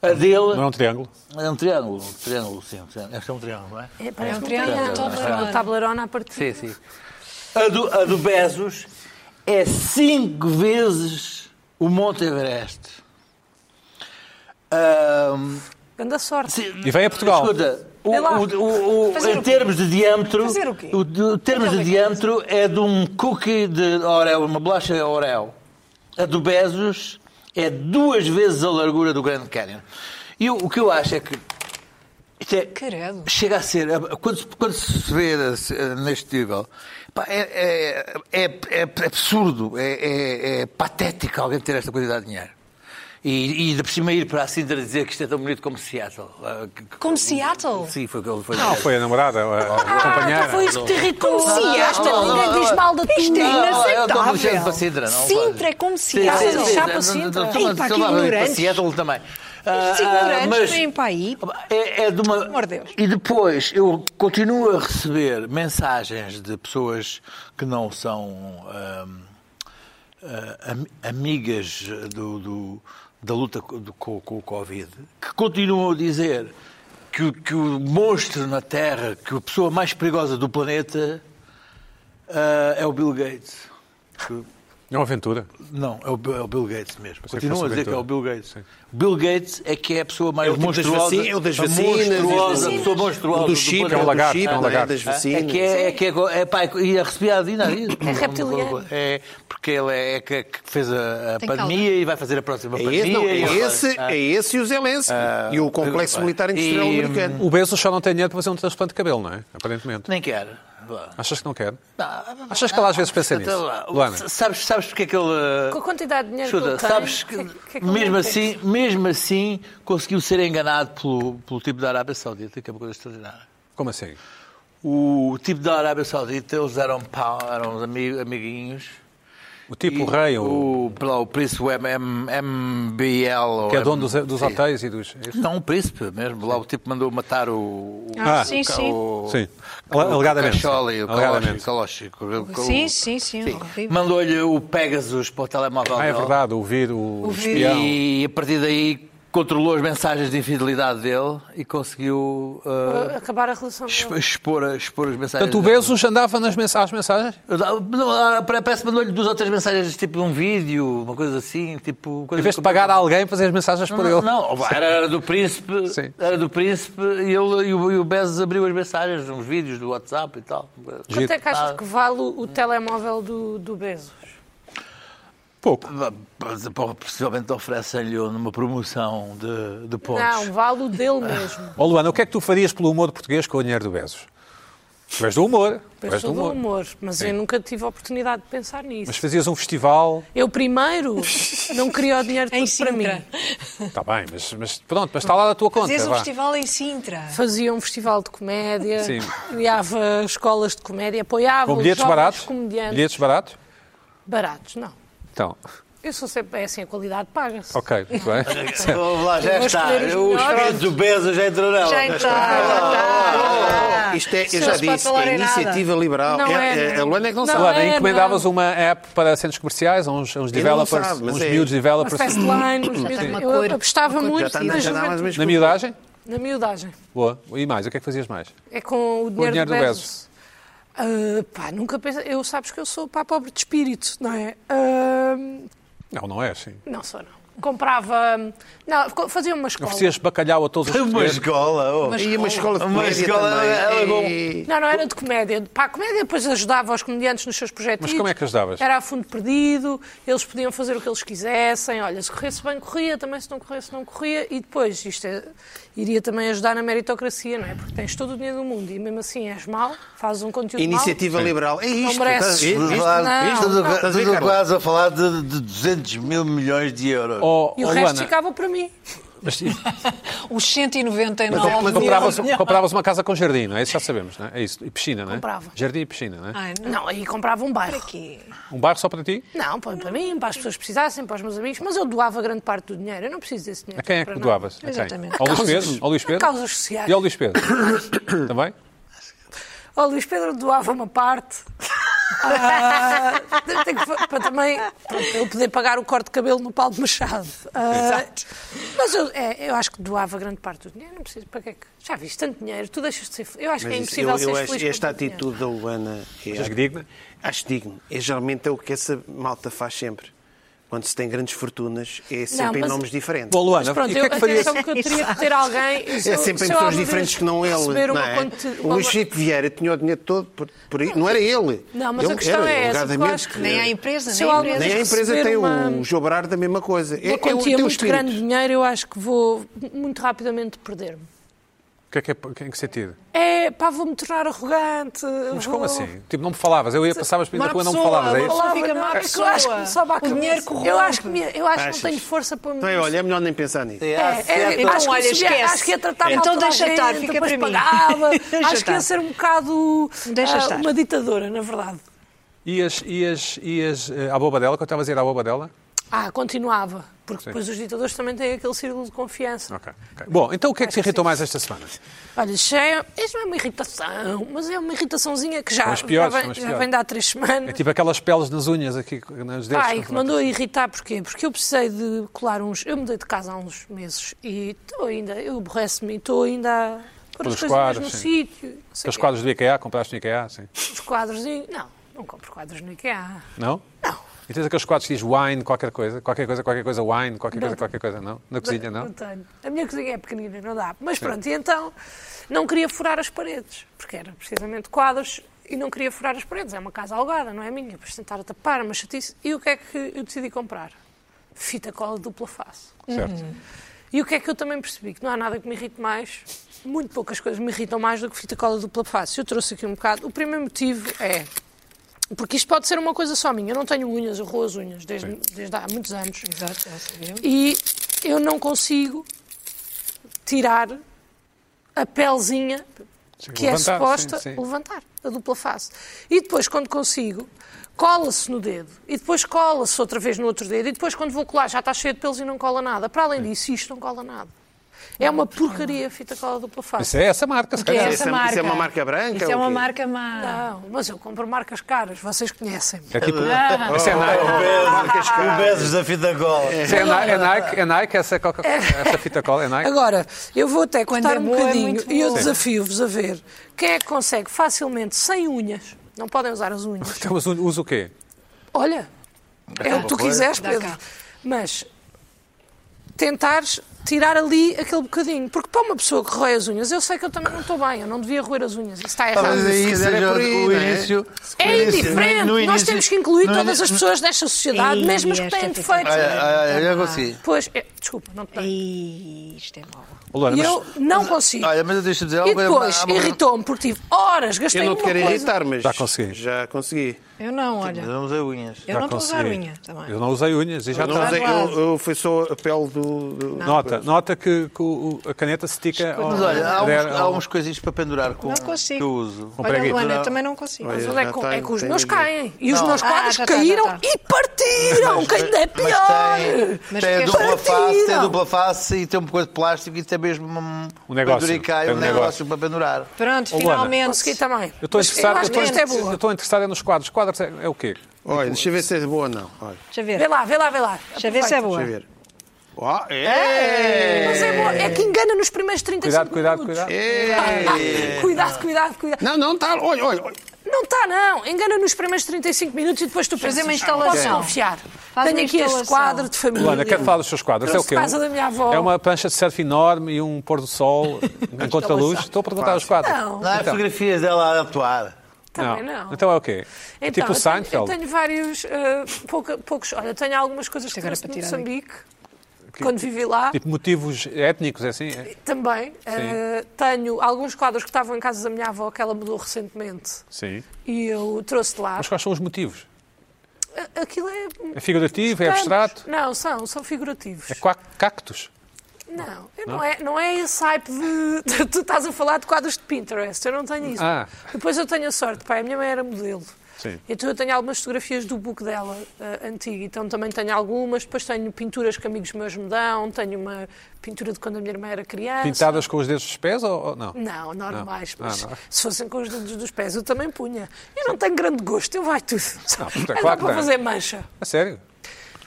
Speaker 5: A dele
Speaker 1: Não é um triângulo?
Speaker 5: é um triângulo, um triângulo, sim, um triângulo. Este é um triângulo, não é?
Speaker 3: É, parece
Speaker 4: É um
Speaker 3: um
Speaker 4: triângulo,
Speaker 3: triângulo.
Speaker 4: um
Speaker 3: Parece um tabuleirona à partida.
Speaker 5: Sim, sim. A do, a do Bezos é cinco vezes o Monte Everest. Ahm,
Speaker 3: Grande sorte.
Speaker 5: Sim,
Speaker 1: E vem a Portugal.
Speaker 5: Escuta, o-
Speaker 3: Vê lá.
Speaker 5: o- o- o-
Speaker 4: Fazer o
Speaker 5: em
Speaker 4: quê?
Speaker 5: termos de diâmetro,
Speaker 4: Fazer o quê?
Speaker 5: o, de- o termos de diâmetro é de um cookie de Oreo, uma bolacha de Oreo. A do Bezos é duas vezes a largura do Grand Canyon. E o, o que eu acho é que isto é,
Speaker 4: Credo.
Speaker 5: chega a ser, quando, se- quando se vê assim, neste nível, pá, é, é- é- é absurdo, é, é- é patético alguém ter esta quantidade de dinheiro. E, e de por cima ir para a Sintra dizer que isto é tão bonito como Seattle. Ah, que- que-
Speaker 4: Como Seattle?
Speaker 5: Sim, foi o que ele foi.
Speaker 1: Não, foi a namorada, a, a
Speaker 3: Ah,
Speaker 1: companheira.
Speaker 3: então foi isso que te irritou.
Speaker 4: Como se esta-
Speaker 3: esta ninguém diz mal da
Speaker 4: Isto é
Speaker 3: tua.
Speaker 5: eu estou
Speaker 4: inaceitável.
Speaker 5: mexendo para Sintra, não.
Speaker 4: Sintra é como Seattle.
Speaker 3: Sim, sim, sim. Chapa Sintra.
Speaker 4: Ei, pá, que
Speaker 5: Para
Speaker 4: ignorantes.
Speaker 5: Seattle também.
Speaker 4: Estes
Speaker 5: Ah, ah,
Speaker 4: ignorantes
Speaker 5: mas-
Speaker 4: vêm para aí.
Speaker 5: É, é de uma.
Speaker 4: amor de Deus.
Speaker 5: E depois eu continuo a receber mensagens de pessoas que não são ahm, ah, am- amigas do- do- da luta co- do- co- com, o Covid, que continuam a dizer que, o- que o monstro na Terra, que a pessoa mais perigosa do planeta ah, é o Bill Gates. Que-
Speaker 1: É uma aventura.
Speaker 5: não, é o, Bi- é o Bill Gates mesmo.
Speaker 1: Pensei que
Speaker 5: Continua a
Speaker 1: fosse
Speaker 5: dizer que é o Bill
Speaker 1: Ventura.
Speaker 5: Gates.
Speaker 1: Sim.
Speaker 5: O Bill Gates é que é a pessoa mais
Speaker 2: É o tipo das
Speaker 5: monstruosa.
Speaker 2: vaci- é o das
Speaker 5: a
Speaker 2: vacinas,
Speaker 5: monstruosa,
Speaker 2: das
Speaker 5: a pessoa
Speaker 2: vacinas.
Speaker 5: monstruosa.
Speaker 2: O do
Speaker 5: do
Speaker 2: chip,
Speaker 5: planeta.
Speaker 1: é um lagarto,
Speaker 2: do chip,
Speaker 1: é um
Speaker 2: não
Speaker 1: lagarto.
Speaker 2: das
Speaker 1: É,
Speaker 5: É
Speaker 2: vacinas.
Speaker 5: que é, é que é, é pá, e a recebia a Dina É
Speaker 3: reptiliano.
Speaker 5: É, porque ele é que, que fez a, a
Speaker 4: Tem
Speaker 5: pandemia e vai fazer a próxima
Speaker 2: É
Speaker 5: pandemia.
Speaker 2: esse, não, é,
Speaker 5: e agora-
Speaker 2: esse,
Speaker 5: Ah.
Speaker 2: é esse e o Zelensky. e o Complexo
Speaker 5: bem.
Speaker 2: Militar Industrial
Speaker 5: Ah, E, hum,
Speaker 2: Americano.
Speaker 1: O Bezos só não tem dinheiro para fazer um transplante de cabelo, não é? Aparentemente.
Speaker 5: Nem quero. Vá.
Speaker 1: Achas que não quer?
Speaker 5: Não,
Speaker 1: Achas que ela às vezes pensa
Speaker 5: Então,
Speaker 1: nisso?
Speaker 5: lá,
Speaker 1: Luana.
Speaker 5: s- Sabes, sabes porque é que ele.
Speaker 3: Com a quantidade de dinheiro que
Speaker 5: Chuta,
Speaker 3: ele tem,
Speaker 5: sabes que,
Speaker 3: É que- que é que ele
Speaker 5: mesmo,
Speaker 3: não
Speaker 5: assim, mesmo assim conseguiu ser enganado pelo, pelo tipo da Arábia Saudita, que é uma coisa extraordinária.
Speaker 1: Como assim?
Speaker 5: O tipo da Arábia Saudita, eles eram, pau, eram uns ami- amiguinhos.
Speaker 1: O tipo,
Speaker 5: E
Speaker 1: o rei, o,
Speaker 5: o, pá, o príncipe M- M- MBL. ou
Speaker 1: que é
Speaker 5: M-
Speaker 1: dono dos, dos
Speaker 5: sim.
Speaker 1: hotéis e dos... é isso?
Speaker 5: Não, o príncipe mesmo. Lá o tipo mandou matar o. o-
Speaker 4: Ah,
Speaker 5: o-
Speaker 4: sim,
Speaker 5: ca-
Speaker 4: sim.
Speaker 5: o-
Speaker 1: Sim.
Speaker 5: o
Speaker 1: Alegadamente, sim.
Speaker 5: Cacholi, o
Speaker 1: Alegadamente.
Speaker 5: Caloshi, Caloshi, o-
Speaker 4: Sim, sim, sim,
Speaker 5: Sim.
Speaker 4: horrível.
Speaker 5: Mandou-lhe o Pegasus para o telemóvel.
Speaker 1: Ah, é
Speaker 5: dele.
Speaker 1: verdade, ouvir o, o
Speaker 4: Ouvir.
Speaker 1: espião.
Speaker 5: E a partir daí controlou as mensagens de infidelidade dele e conseguiu ah,
Speaker 3: Para Acabar a relação dele.
Speaker 5: exp- expor, a- expor as mensagens.
Speaker 1: Portanto, o
Speaker 5: dele.
Speaker 1: Bezos andava nas mensagens, às mensagens?
Speaker 5: Eu dava- não, ah, Parece que mandou-lhe duas ou três mensagens, tipo um vídeo, uma coisa assim, tipo. Coisa
Speaker 1: Em vez de pagar a alguém para fazer as mensagens por
Speaker 5: Não,
Speaker 1: ele.
Speaker 5: não, era, era do príncipe,
Speaker 1: Sim.
Speaker 5: era do príncipe e, ele, e, o, e o Bezos abriu as mensagens, uns vídeos do WhatsApp e tal.
Speaker 3: Quanto é que achas que vale o, o telemóvel do, do Bezos?
Speaker 1: Pouco.
Speaker 5: Possivelmente oferecem-lhe uma promoção de, de pontos.
Speaker 3: Não, vale o dele mesmo.
Speaker 1: Ó Luana, o que é que tu farias pelo humor português com o dinheiro do Bezos? Tu és do humor. Tu és do
Speaker 3: Pessoa do
Speaker 1: humor.
Speaker 3: humor. Mas eu nunca tive a oportunidade de pensar nisso.
Speaker 1: Mas fazias um festival...
Speaker 3: Eu primeiro não queria o dinheiro
Speaker 4: Em
Speaker 3: todo para mim.
Speaker 4: Sintra.
Speaker 1: Está tá bem, mas, mas pronto, mas está lá da tua conta.
Speaker 4: Fazes um
Speaker 1: vá.
Speaker 4: festival em Sintra.
Speaker 3: Fazia um festival de comédia,
Speaker 1: Sim.
Speaker 3: criava escolas de comédia, apoiava
Speaker 1: Com
Speaker 3: os
Speaker 1: bilhetes
Speaker 3: jovens
Speaker 1: baratos?
Speaker 3: comediantes.
Speaker 1: Bilhetes baratos?
Speaker 3: Baratos, não.
Speaker 1: Então,
Speaker 3: Eu sou sempre, é assim, a qualidade paga-se.
Speaker 1: ok, muito bem.
Speaker 5: Vamos lá, já
Speaker 3: Vou
Speaker 5: está.
Speaker 3: escolher os
Speaker 5: Os
Speaker 3: melhores.
Speaker 5: filhos do Bezos já entrou nela.
Speaker 4: Já entraram.
Speaker 2: Isto é,
Speaker 4: Ah, Se
Speaker 2: eu
Speaker 4: não
Speaker 2: já
Speaker 4: se pode
Speaker 2: disse,
Speaker 4: falar
Speaker 2: é
Speaker 4: em nada.
Speaker 2: iniciativa liberal.
Speaker 3: Não
Speaker 2: É-
Speaker 3: é,
Speaker 2: é-
Speaker 3: não.
Speaker 2: a Luana é que não,
Speaker 3: Não
Speaker 2: sabe.
Speaker 1: Luana,
Speaker 3: é,
Speaker 1: encomendavas uma app para centros comerciais, a uns, a uns
Speaker 2: Eu não
Speaker 1: developers,
Speaker 2: sabe, mas
Speaker 1: uns
Speaker 2: é-
Speaker 1: miúdos
Speaker 3: Uma
Speaker 1: developers.
Speaker 3: fastline, uns-
Speaker 4: tem uma
Speaker 3: eu
Speaker 4: cor.
Speaker 3: apostava
Speaker 4: Uma cor.
Speaker 3: muito
Speaker 2: Já está
Speaker 3: na, tá
Speaker 2: na já dá mais ou menos
Speaker 3: juventude.
Speaker 1: Na miudagem?
Speaker 3: na miudagem.
Speaker 1: Boa. E mais, o que é que fazias mais?
Speaker 3: É com o dinheiro,
Speaker 1: dinheiro
Speaker 3: do
Speaker 1: do
Speaker 3: Bezos. Ah, pá, nunca pensei. Eu sabes que eu sou pá pobre de espírito, não é? Ah,
Speaker 1: Não, não é assim.
Speaker 3: não sou, não. comprava. Não, co- fazia uma escola.
Speaker 1: Oferecias bacalhau a todos os
Speaker 5: Uma
Speaker 1: portugueses.
Speaker 5: escola. oh.
Speaker 2: E uma escola de
Speaker 5: Uma
Speaker 2: comédia
Speaker 5: escola,
Speaker 2: também.
Speaker 5: ela é bom.
Speaker 2: E-
Speaker 3: Não, não era de comédia. Para a comédia, depois ajudava os comediantes nos seus projetos.
Speaker 1: Mas como é que ajudavas?
Speaker 3: Era a fundo perdido, eles podiam fazer o que eles quisessem. Olha, se corresse bem, corria, também se não corresse, não corria. E depois, isto é- iria também ajudar na meritocracia, não é? Porque tens todo o dinheiro do mundo e mesmo assim és mau, fazes um conteúdo
Speaker 2: Iniciativa liberal. É isto.
Speaker 3: mereces.
Speaker 2: Estás a ver? Isto-
Speaker 5: Claro,
Speaker 3: Não,
Speaker 5: estamos,
Speaker 3: não.
Speaker 2: Estás a ver,
Speaker 5: estamos
Speaker 2: Carla?
Speaker 5: quase a falar de, de 200 mil milhões de euros.
Speaker 1: Oh,
Speaker 3: mau e o
Speaker 1: oh,
Speaker 3: resto
Speaker 1: Luana,
Speaker 3: ficava para mim.
Speaker 1: mas
Speaker 4: Os 199
Speaker 2: Mas é que
Speaker 4: mil.
Speaker 1: compravas, compravas uma casa com jardim, não é? Isso já sabemos, não é? É isso. E piscina, não é?
Speaker 3: Comprava. Ah.
Speaker 1: Jardim e piscina, não é?
Speaker 4: Ai, não.
Speaker 3: Não, aí comprava um bairro.
Speaker 4: Aqui.
Speaker 1: Um bairro só para ti?
Speaker 3: Não, para, para mim, para as pessoas que precisassem, para os meus amigos, mas eu doava grande parte do dinheiro. Eu não preciso desse dinheiro.
Speaker 1: A quem é que
Speaker 3: para nada.
Speaker 1: doavas? A quem?
Speaker 4: Exatamente.
Speaker 1: Ao Luís
Speaker 3: Causas-
Speaker 1: Pedro? Ao Luís Pedro?
Speaker 3: Causas sociais.
Speaker 1: E ao Luís Pedro? Também?
Speaker 3: Ó, Luís Pedro doava uma parte. Ah, tem que fa- para também para eu poder pagar o corte de cabelo no Paulo Machado. Ah, Mas eu, é, eu acho que doava grande parte do dinheiro. Não preciso. Para que é que- Já viste tanto dinheiro? Tu deixas de ser. fe- Eu acho que é
Speaker 2: Mas isso,
Speaker 3: impossível
Speaker 2: eu,
Speaker 3: ser
Speaker 2: eu
Speaker 3: feliz.
Speaker 2: acho
Speaker 3: com
Speaker 2: esta
Speaker 3: tanto dinheiro.
Speaker 2: atitude da Luana é,
Speaker 1: Achas que digna?
Speaker 2: acho digno. É geralmente é o que essa malta faz sempre. Quando se tem grandes fortunas, é sempre
Speaker 3: mas-
Speaker 2: em nomes diferentes.
Speaker 1: Bom,
Speaker 3: Mas
Speaker 1: Luana,
Speaker 3: pronto,
Speaker 1: e o
Speaker 3: eu,
Speaker 1: que é que farias?
Speaker 3: atenção que eu teria que ter alguém. se
Speaker 2: é sempre
Speaker 3: eu-
Speaker 2: em
Speaker 3: se eu
Speaker 2: pessoas
Speaker 3: alguma vez
Speaker 2: diferentes que não ele.
Speaker 3: receber
Speaker 2: Não
Speaker 3: uma
Speaker 2: é?
Speaker 3: quanti-
Speaker 2: O Luís
Speaker 3: uma-
Speaker 2: Filipe Vieira tinha o dinheiro todo por, por aí. Não era ele.
Speaker 3: Não, mas
Speaker 2: Ele
Speaker 3: a questão
Speaker 2: era,
Speaker 3: é essa, porque eu
Speaker 2: alegadamente,
Speaker 3: acho que
Speaker 4: Nem à empresa,
Speaker 3: Se
Speaker 4: nem
Speaker 3: eu
Speaker 4: à
Speaker 3: alguma
Speaker 4: empresa.
Speaker 2: Nem a
Speaker 3: Mas
Speaker 2: empresa
Speaker 3: receber
Speaker 2: tem
Speaker 3: uma-
Speaker 2: o João Brado da mesma coisa. É,
Speaker 3: Uma
Speaker 2: é
Speaker 3: quantia
Speaker 2: o teu
Speaker 3: muito
Speaker 2: espírito.
Speaker 3: grande de dinheiro, eu acho que vou muito rapidamente perder-me.
Speaker 1: O que é que é? Em que sentido?
Speaker 3: É, pá, vou-me tornar arrogante.
Speaker 1: Mas como assim? Tipo, não me falavas. Eu ia, passavas pela rua e não me
Speaker 4: pessoa,
Speaker 1: falavas, é
Speaker 4: uma
Speaker 1: isso?
Speaker 4: pessoa.
Speaker 3: Fica
Speaker 4: Fica má
Speaker 3: não, é que eu
Speaker 4: pessoa.
Speaker 3: acho que me sobe à
Speaker 4: O dinheiro
Speaker 3: cabeça.
Speaker 4: corrompe.
Speaker 3: Eu acho que, me- eu acho que
Speaker 2: Achas?
Speaker 3: não tenho força para me.
Speaker 2: Então, é, olha, é melhor nem pensar nisso.
Speaker 5: É,
Speaker 3: É, é,
Speaker 5: certo.
Speaker 3: eu acho que
Speaker 4: olha,
Speaker 3: me subia-
Speaker 4: esquece.
Speaker 3: Acho que ia tratar mal
Speaker 4: Então
Speaker 3: toda a
Speaker 4: deixa estar,
Speaker 3: gente,
Speaker 4: fica
Speaker 3: depois
Speaker 4: para mim.
Speaker 3: pagava.
Speaker 4: Deixa
Speaker 3: acho que ia
Speaker 4: estar.
Speaker 3: ser um bocado
Speaker 4: Deixa
Speaker 3: ah,
Speaker 4: estar.
Speaker 3: uma ditadora, na verdade.
Speaker 1: Ias, ias, ias eh, à boba dela, que eu estava a dizer à boba dela?
Speaker 3: Ah, continuava. Porque depois os ditadores também têm aquele círculo de confiança.
Speaker 1: Ok. ok. Bom, então o que é que te irritou mais esta semana?
Speaker 3: Olha, isso é- isso não é uma irritação, mas é uma irritaçãozinha que já,
Speaker 1: São as piores,
Speaker 3: já,
Speaker 1: são
Speaker 3: vem,
Speaker 1: as
Speaker 3: já
Speaker 1: piores.
Speaker 3: vem de há três semanas.
Speaker 1: É tipo aquelas peles nas unhas aqui, nos dedos.
Speaker 3: Pai, que mandou irritar, porquê? Porque eu precisei de colar uns. Eu mudei de casa há uns meses e estou ainda, eu aborreço-me e estou ainda a pôr
Speaker 1: Pôr
Speaker 3: as
Speaker 1: os
Speaker 3: coisas
Speaker 1: quadros,
Speaker 3: no mesmo
Speaker 1: sim.
Speaker 3: sítio. não sei
Speaker 1: Os
Speaker 3: quê.
Speaker 1: quadros do IKEA, compraste no IKEA, sim.
Speaker 3: Os quadros e. Não, não compro quadros no IKEA.
Speaker 1: Não?
Speaker 3: Não.
Speaker 1: E tens aqueles quadros que diz wine, qualquer coisa, qualquer coisa, qualquer coisa, wine, qualquer coisa, qualquer coisa, não? Na cozinha,
Speaker 3: não,
Speaker 1: não?
Speaker 3: tenho. A minha cozinha é pequenina, não dá. Mas pronto, e então não queria furar as paredes, porque era precisamente quadros e não queria furar as paredes. É uma casa alugada, não é minha, por tentar tapar, é uma chatice. E o que é que eu decidi comprar? Fita cola dupla face.
Speaker 1: Certo.
Speaker 3: E o que é que eu também percebi? Que não há nada que me irrite mais, muito poucas coisas me irritam mais do que fita cola dupla face. Eu trouxe aqui um bocado. O primeiro motivo é. Porque isto pode ser uma coisa só minha. Eu não tenho unhas, eu roo as unhas desde, desde há muitos anos.
Speaker 4: Exato, já sabia.
Speaker 3: E eu não consigo tirar a pelezinha
Speaker 1: Sim,
Speaker 3: que
Speaker 1: levantar,
Speaker 3: é suposta
Speaker 1: sim, sim.
Speaker 3: levantar, a dupla face. E depois, quando consigo, cola-se no dedo. E depois cola-se outra vez no outro dedo. E depois, quando vou colar, já está cheio de pelos e não cola nada. Para além disso, isto não cola nada. É uma porcaria a fita cola dupla face.
Speaker 1: Isso é essa marca, se
Speaker 4: Que é
Speaker 1: calhar.
Speaker 2: Isso
Speaker 4: essa
Speaker 2: é-
Speaker 4: marca.
Speaker 2: isso é uma marca branca
Speaker 4: Isso é
Speaker 2: ou
Speaker 4: uma
Speaker 2: quê?
Speaker 4: marca má.
Speaker 3: Não, mas eu compro marcas caras, vocês conhecem.
Speaker 1: É tipo.
Speaker 3: Ah.
Speaker 1: Isso é Nike.
Speaker 5: O Bezos da fita cola.
Speaker 1: Isso é, Ni- é Nike, é Nike, essa, Coca essa fita cola é Nike.
Speaker 3: Agora, eu vou até
Speaker 4: Quando
Speaker 3: cortar
Speaker 4: é
Speaker 3: um
Speaker 4: boa, é
Speaker 3: bocadinho
Speaker 4: muito
Speaker 3: e eu
Speaker 4: boa.
Speaker 3: desafio-vos a ver quem é que consegue facilmente, sem unhas, não podem usar as unhas.
Speaker 1: Então, mas usa o quê?
Speaker 3: Olha, é o que tu quiseres, Pedro.
Speaker 4: cá.
Speaker 3: Mas tentares tirar ali aquele bocadinho. Porque para uma pessoa que roe as unhas, eu sei que eu também não estou bem, eu não devia roer as unhas. Isso está errado.
Speaker 5: Talvez aí
Speaker 2: calhar é
Speaker 5: seja
Speaker 2: por aí,
Speaker 5: o
Speaker 2: não é?
Speaker 5: início. o
Speaker 3: É
Speaker 5: início-
Speaker 3: indiferente.
Speaker 5: no
Speaker 3: Nós
Speaker 5: início-
Speaker 3: temos que incluir
Speaker 5: no
Speaker 3: todas
Speaker 5: início-
Speaker 3: as pessoas desta sociedade,
Speaker 4: Ei,
Speaker 3: mesmo as que
Speaker 4: esta
Speaker 3: têm
Speaker 4: fica-
Speaker 3: defeitos.
Speaker 5: Olha, olha, olha, eu consigo.
Speaker 3: Pois, é, desculpa, não
Speaker 1: tá.
Speaker 3: te dei.
Speaker 4: Ei, isto é mau.
Speaker 1: Ô, Luana,
Speaker 3: E
Speaker 1: mas
Speaker 3: eu não consigo.
Speaker 5: Olha, mas eu deixo de dizer
Speaker 3: E
Speaker 5: alguma
Speaker 3: depois
Speaker 5: há uma- é?
Speaker 3: irritou-me porque tive horas,
Speaker 2: Eu
Speaker 3: gastei
Speaker 2: não
Speaker 3: uma
Speaker 2: te quero
Speaker 3: coisa.
Speaker 2: irritar, mas
Speaker 1: Já consegui.
Speaker 2: Já consegui.
Speaker 4: Eu não,
Speaker 5: Mas
Speaker 4: olha.
Speaker 5: Vamos a unhas.
Speaker 4: Eu não estou a usar
Speaker 1: consegui.
Speaker 4: unha também.
Speaker 1: Eu não usei unhas e já
Speaker 2: Não
Speaker 1: está.
Speaker 2: usei- Então, eu, eu foi só a pele do. do-
Speaker 1: Nota, nota que, que o- a caneta se estica. ao-
Speaker 5: Mas olha, há
Speaker 1: der
Speaker 5: uns, há
Speaker 1: ao-
Speaker 5: uns coisinhos para pendurar com,
Speaker 4: Não consigo.
Speaker 5: que eu uso.
Speaker 4: Olha,
Speaker 1: preguiça.
Speaker 4: Luana, eu também não consigo.
Speaker 2: Olha.
Speaker 3: Mas
Speaker 2: Eu
Speaker 3: onde é
Speaker 2: já
Speaker 3: que,
Speaker 2: tenho-
Speaker 3: é que os
Speaker 2: tenho
Speaker 3: meus
Speaker 2: de-
Speaker 3: caem. E os
Speaker 5: Não.
Speaker 3: meus
Speaker 4: Ah,
Speaker 3: quadros
Speaker 4: já tá, já
Speaker 3: caíram
Speaker 4: tá.
Speaker 3: e partiram.
Speaker 5: Mas-
Speaker 3: Quem ainda é pior.
Speaker 5: Mas tem, tem a
Speaker 4: Mas
Speaker 5: dupla
Speaker 3: esquece-
Speaker 5: face, tem a
Speaker 3: Partiram.
Speaker 5: dupla face e tem um bocado de plástico e tem mesmo um,
Speaker 1: Um negócio.
Speaker 5: penduricário,
Speaker 1: Tem
Speaker 5: um
Speaker 1: um
Speaker 5: negócio,
Speaker 1: negócio.
Speaker 5: para pendurar.
Speaker 4: Pronto,
Speaker 1: Luana,
Speaker 3: Consegui
Speaker 4: finalmente.
Speaker 3: também.
Speaker 1: Eu estou
Speaker 3: Mas
Speaker 1: interessado, eu
Speaker 3: acho que
Speaker 1: estou
Speaker 3: esta é
Speaker 1: interessado, eu
Speaker 3: boa.
Speaker 1: estou interessado é nos quadros. Quadros é, é o quê?
Speaker 2: Olha, deixa eu ver se é boa ou não. Olha,
Speaker 4: Deixa eu
Speaker 3: Vê
Speaker 4: ver.
Speaker 3: lá, vê lá, vê lá.
Speaker 4: Deixa eu ver se é boa.
Speaker 2: deixa eu ver. Ó, é!
Speaker 3: Mas é boa. É que engana nos primeiros 35
Speaker 1: Cuidado, cuidado,
Speaker 3: minutos.
Speaker 1: cuidado.
Speaker 4: É!
Speaker 3: Ah, Cuidado, cuidado, cuidado. tá,
Speaker 2: Não, não, tá. Olha, olha. olha.
Speaker 3: Não está, não. Engana nos primeiros 35 minutos e depois tu pensas.
Speaker 4: uma instalação.
Speaker 3: Posso confiar.
Speaker 4: Faz
Speaker 3: Tenho
Speaker 4: uma
Speaker 3: aqui este
Speaker 4: instalação.
Speaker 3: quadro de família.
Speaker 1: Luana, quero falar dos seus quadros. é
Speaker 3: Trouxe
Speaker 1: o quê?
Speaker 3: de casa da minha avó.
Speaker 1: É uma plancha de surf enorme e um pôr do sol em contra-luz. Estou a perguntar os quadros.
Speaker 3: Não.
Speaker 5: Não é? há
Speaker 1: Então.
Speaker 5: fotografias dela a atuar.
Speaker 3: Também não.
Speaker 1: Então é o quê?
Speaker 3: Então,
Speaker 1: tipo o
Speaker 3: eu tenho-
Speaker 1: Seinfeld?
Speaker 3: Eu tenho vários, eh, pouca- poucos. Olha, eu tenho algumas coisas que
Speaker 4: Agora é
Speaker 3: trouxe
Speaker 4: para
Speaker 3: de
Speaker 4: tirar daqui.
Speaker 3: Moçambique, quando vivi lá.
Speaker 1: Tipo motivos étnicos, é assim? É?
Speaker 3: Também. eh, tenho alguns quadros que estavam em casa da minha avó, que ela mudou recentemente.
Speaker 1: Sim.
Speaker 3: E eu trouxe de lá.
Speaker 1: Mas quais são os motivos?
Speaker 3: A- Aquilo é.
Speaker 1: É figurativo? É
Speaker 3: Campos.
Speaker 1: abstrato?
Speaker 3: Não, são, são figurativos.
Speaker 1: É qua- cactos?
Speaker 3: Não, eu não? é, não é esse hype de. Tu estás a falar de quadros de Pinterest, eu não tenho isso.
Speaker 1: Ah.
Speaker 3: Depois eu tenho a sorte, pá, a minha mãe era modelo.
Speaker 1: Sim.
Speaker 3: Então eu tenho algumas fotografias do book dela eh, antigo, então também tenho algumas. Depois tenho pinturas que amigos meus me dão, tenho uma pintura de quando a minha irmã era criança.
Speaker 1: Pintadas com os dedos dos pés ou, ou não?
Speaker 3: Não, normais,
Speaker 1: Não.
Speaker 3: mas
Speaker 1: Ah, não.
Speaker 3: se fossem com os dedos dos pés eu também punha. Eu não tenho grande gosto, eu vai tudo.
Speaker 1: puta,
Speaker 3: é
Speaker 1: claro que
Speaker 3: para
Speaker 1: não.
Speaker 3: fazer mancha.
Speaker 1: A sério?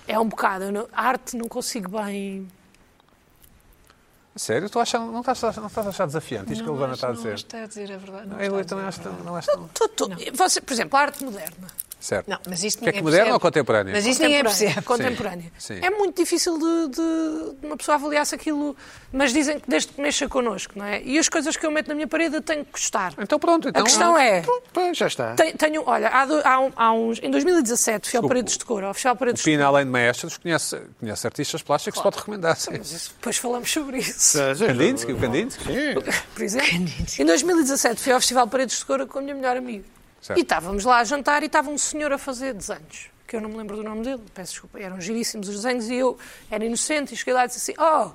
Speaker 3: É um bocado, eu não- a arte não consigo bem.
Speaker 1: A sério? Tu achas, não, estás, não estás a achar desafiante isto que a
Speaker 4: Não,
Speaker 1: Levana
Speaker 4: acho-
Speaker 1: está a
Speaker 4: não
Speaker 1: dizer?
Speaker 4: está a dizer a verdade. não
Speaker 1: Eu
Speaker 4: está a
Speaker 1: também
Speaker 4: dizer.
Speaker 1: acho que não acho tão...
Speaker 3: Tô- tô- Você, por exemplo, a arte moderna.
Speaker 1: Certo.
Speaker 4: Não, mas isso
Speaker 1: Que é que
Speaker 4: ninguém
Speaker 1: moderno
Speaker 4: percebe.
Speaker 1: ou contemporâneo?
Speaker 4: Mas é isso ninguém
Speaker 3: Contemporânea.
Speaker 4: percebe.
Speaker 3: Contemporânea.
Speaker 1: Sim.
Speaker 3: É muito difícil de, de- de uma pessoa avaliar se aquilo. Mas dizem que desde que mexa connosco, não é? E as coisas que eu meto na minha parede eu tenho que gostar.
Speaker 1: Então pronto. Então,
Speaker 3: a questão é.
Speaker 2: Pois, já está.
Speaker 3: Tenho, tenho- olha, há, do- há um- há uns. Em 2017 fui ao Paredes de Cor, ao Festival Paredes de
Speaker 1: Pina, além de maestros, conhece, conhece artistas plásticos, pode recomendar. sim.
Speaker 3: Cor. Depois falamos sobre isso.
Speaker 4: É
Speaker 1: Kandinsky, o Kandinsky.
Speaker 3: por exemplo. Em 2017 fui ao Festival Paredes de Coura com a minha melhor amiga.
Speaker 1: Certo.
Speaker 3: E estávamos lá a jantar e estava um senhor a fazer desenhos, que eu não me lembro do nome dele, peço desculpa, eram giríssimos os desenhos e eu era inocente e cheguei lá e disse assim, oh,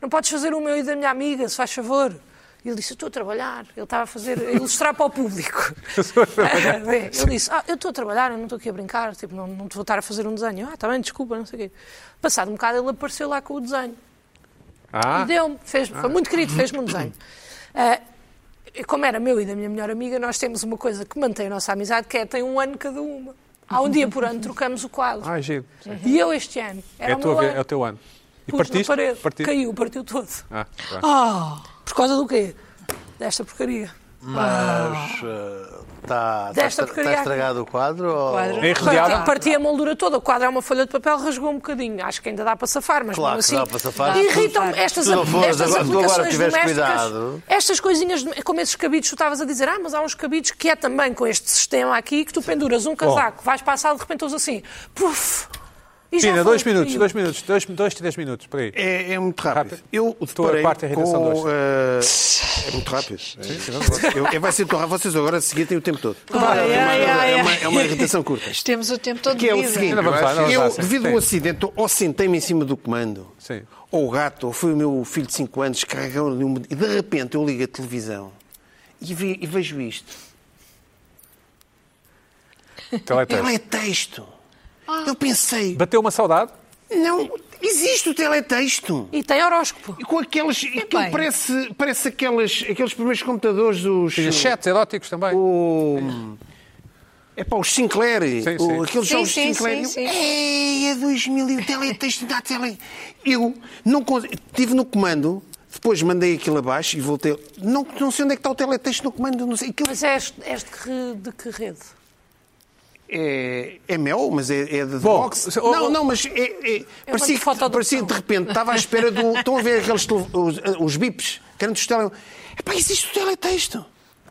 Speaker 3: não podes fazer o meu e da minha amiga, se faz favor. E ele disse, eu estou a trabalhar. Ele estava a fazer, a ilustrar para o público. Bem, ele disse, ah, eu estou a trabalhar, eu não estou aqui a brincar, tipo, não, não te vou estar a fazer um desenho. Eu, Ah, está bem, desculpa, não sei o quê. Passado um bocado ele apareceu lá com o desenho.
Speaker 1: Ah,
Speaker 3: E deu-me, fez foi muito querido, fez-me um desenho. Ah, e como era meu e da minha melhor amiga, nós temos uma coisa que mantém a nossa amizade, que é tem um ano cada uma. Há um dia por ano trocamos o quadro.
Speaker 1: ah giro.
Speaker 3: E eu este ano,
Speaker 1: É,
Speaker 3: era
Speaker 1: a
Speaker 3: o
Speaker 1: tua
Speaker 3: meu
Speaker 1: vez- é o
Speaker 3: ano,
Speaker 1: teu ano. E
Speaker 3: pus
Speaker 1: partiste?
Speaker 3: na parede,
Speaker 1: Partiste?
Speaker 3: caiu, partiu todo.
Speaker 1: Ah, pronto.
Speaker 4: Oh,
Speaker 3: Por causa do quê? Desta porcaria.
Speaker 5: Mas eh, está está
Speaker 3: Desta
Speaker 5: estra-
Speaker 3: porcaria
Speaker 5: está
Speaker 3: aqui.
Speaker 5: estragado o quadro? ou-
Speaker 4: quadro.
Speaker 1: É irremediável?
Speaker 3: Parti, parti a moldura toda, o quadro é uma folha de papel, rasgou um bocadinho. Acho que ainda dá para safar, mas
Speaker 5: Claro
Speaker 3: mesmo
Speaker 5: que
Speaker 3: assim.
Speaker 5: dá para safar.
Speaker 3: Irritam-me estas,
Speaker 5: Se não fores,
Speaker 3: estas
Speaker 5: agora- tu agora
Speaker 3: aplicações
Speaker 5: tiveres
Speaker 3: domésticas.
Speaker 5: cuidado.
Speaker 3: Estas coisinhas, como esses cabidos, tu estavas a dizer, ah, mas há uns cabidos que é também com este sistema aqui que tu penduras um casaco, vais para a sala de repente ouves assim, puf! E já
Speaker 1: Pina,
Speaker 3: foi
Speaker 1: dois
Speaker 3: o
Speaker 1: minutos,
Speaker 3: frio.
Speaker 1: dois minutos, dois, dois, três minutos, por aí.
Speaker 2: É, é muito rápido.
Speaker 1: Rápido.
Speaker 2: Eu
Speaker 1: Estou a
Speaker 2: deparei
Speaker 1: parte da irritação
Speaker 2: com...
Speaker 1: de hoje.
Speaker 2: eh, é muito rápido. Eu- eu- vai ser tão rápido. Vocês agora a seguir têm o tempo todo.
Speaker 4: Ai, ai, ai,
Speaker 2: É uma,
Speaker 4: ai.
Speaker 2: é uma irritação curta.
Speaker 4: Temos o tempo todo
Speaker 2: Que é o
Speaker 4: de vida.
Speaker 2: seguinte,
Speaker 1: Não vamos lá, não vamos lá,
Speaker 2: eu,
Speaker 1: sim.
Speaker 2: devido a
Speaker 1: Sim.
Speaker 2: um acidente, ou sentei-me em cima do comando,
Speaker 1: Sim.
Speaker 2: ou o gato, ou foi o meu filho de 5 anos, carregou-lhe um... E de repente eu ligo a televisão e, vi- e vejo isto.
Speaker 1: Teletexto.
Speaker 2: Teletexto. Eu pensei,
Speaker 1: é Bateu uma saudade?
Speaker 2: não, existe o teletexto.
Speaker 3: E tem horóscopo.
Speaker 2: E com aqueles. aquilo
Speaker 4: bem.
Speaker 2: parece parece aqueles, aqueles primeiros computadores dos.
Speaker 1: Tinha chats eróticos também.
Speaker 2: O... É para os Sinclair.
Speaker 1: Sim,
Speaker 2: o-
Speaker 1: sim.
Speaker 2: Aqueles
Speaker 4: Sim,
Speaker 2: jogos
Speaker 4: sim,
Speaker 2: Sinclair.
Speaker 4: sim,
Speaker 2: Eu,
Speaker 4: sim.
Speaker 2: Ei, é 2000 e o teletexto da tele. Eu não consegui. Estive no comando. Depois mandei aquilo abaixo e voltei. Não, não sei onde é que está o teletexto no comando, não sei. Aquilo
Speaker 3: Mas é és, és de, que, re- de que rede?
Speaker 2: é, é mel, mas é, é de
Speaker 1: Bom,
Speaker 2: box.
Speaker 1: se- oh,
Speaker 2: não,
Speaker 1: oh.
Speaker 2: não, mas é, é, parecia,
Speaker 3: foto
Speaker 2: que,
Speaker 3: do
Speaker 2: parecia que de repente estava à espera do. Estão a ver aqueles tele- os, os bips, que eram dos tele. Epá, existe o teletexto.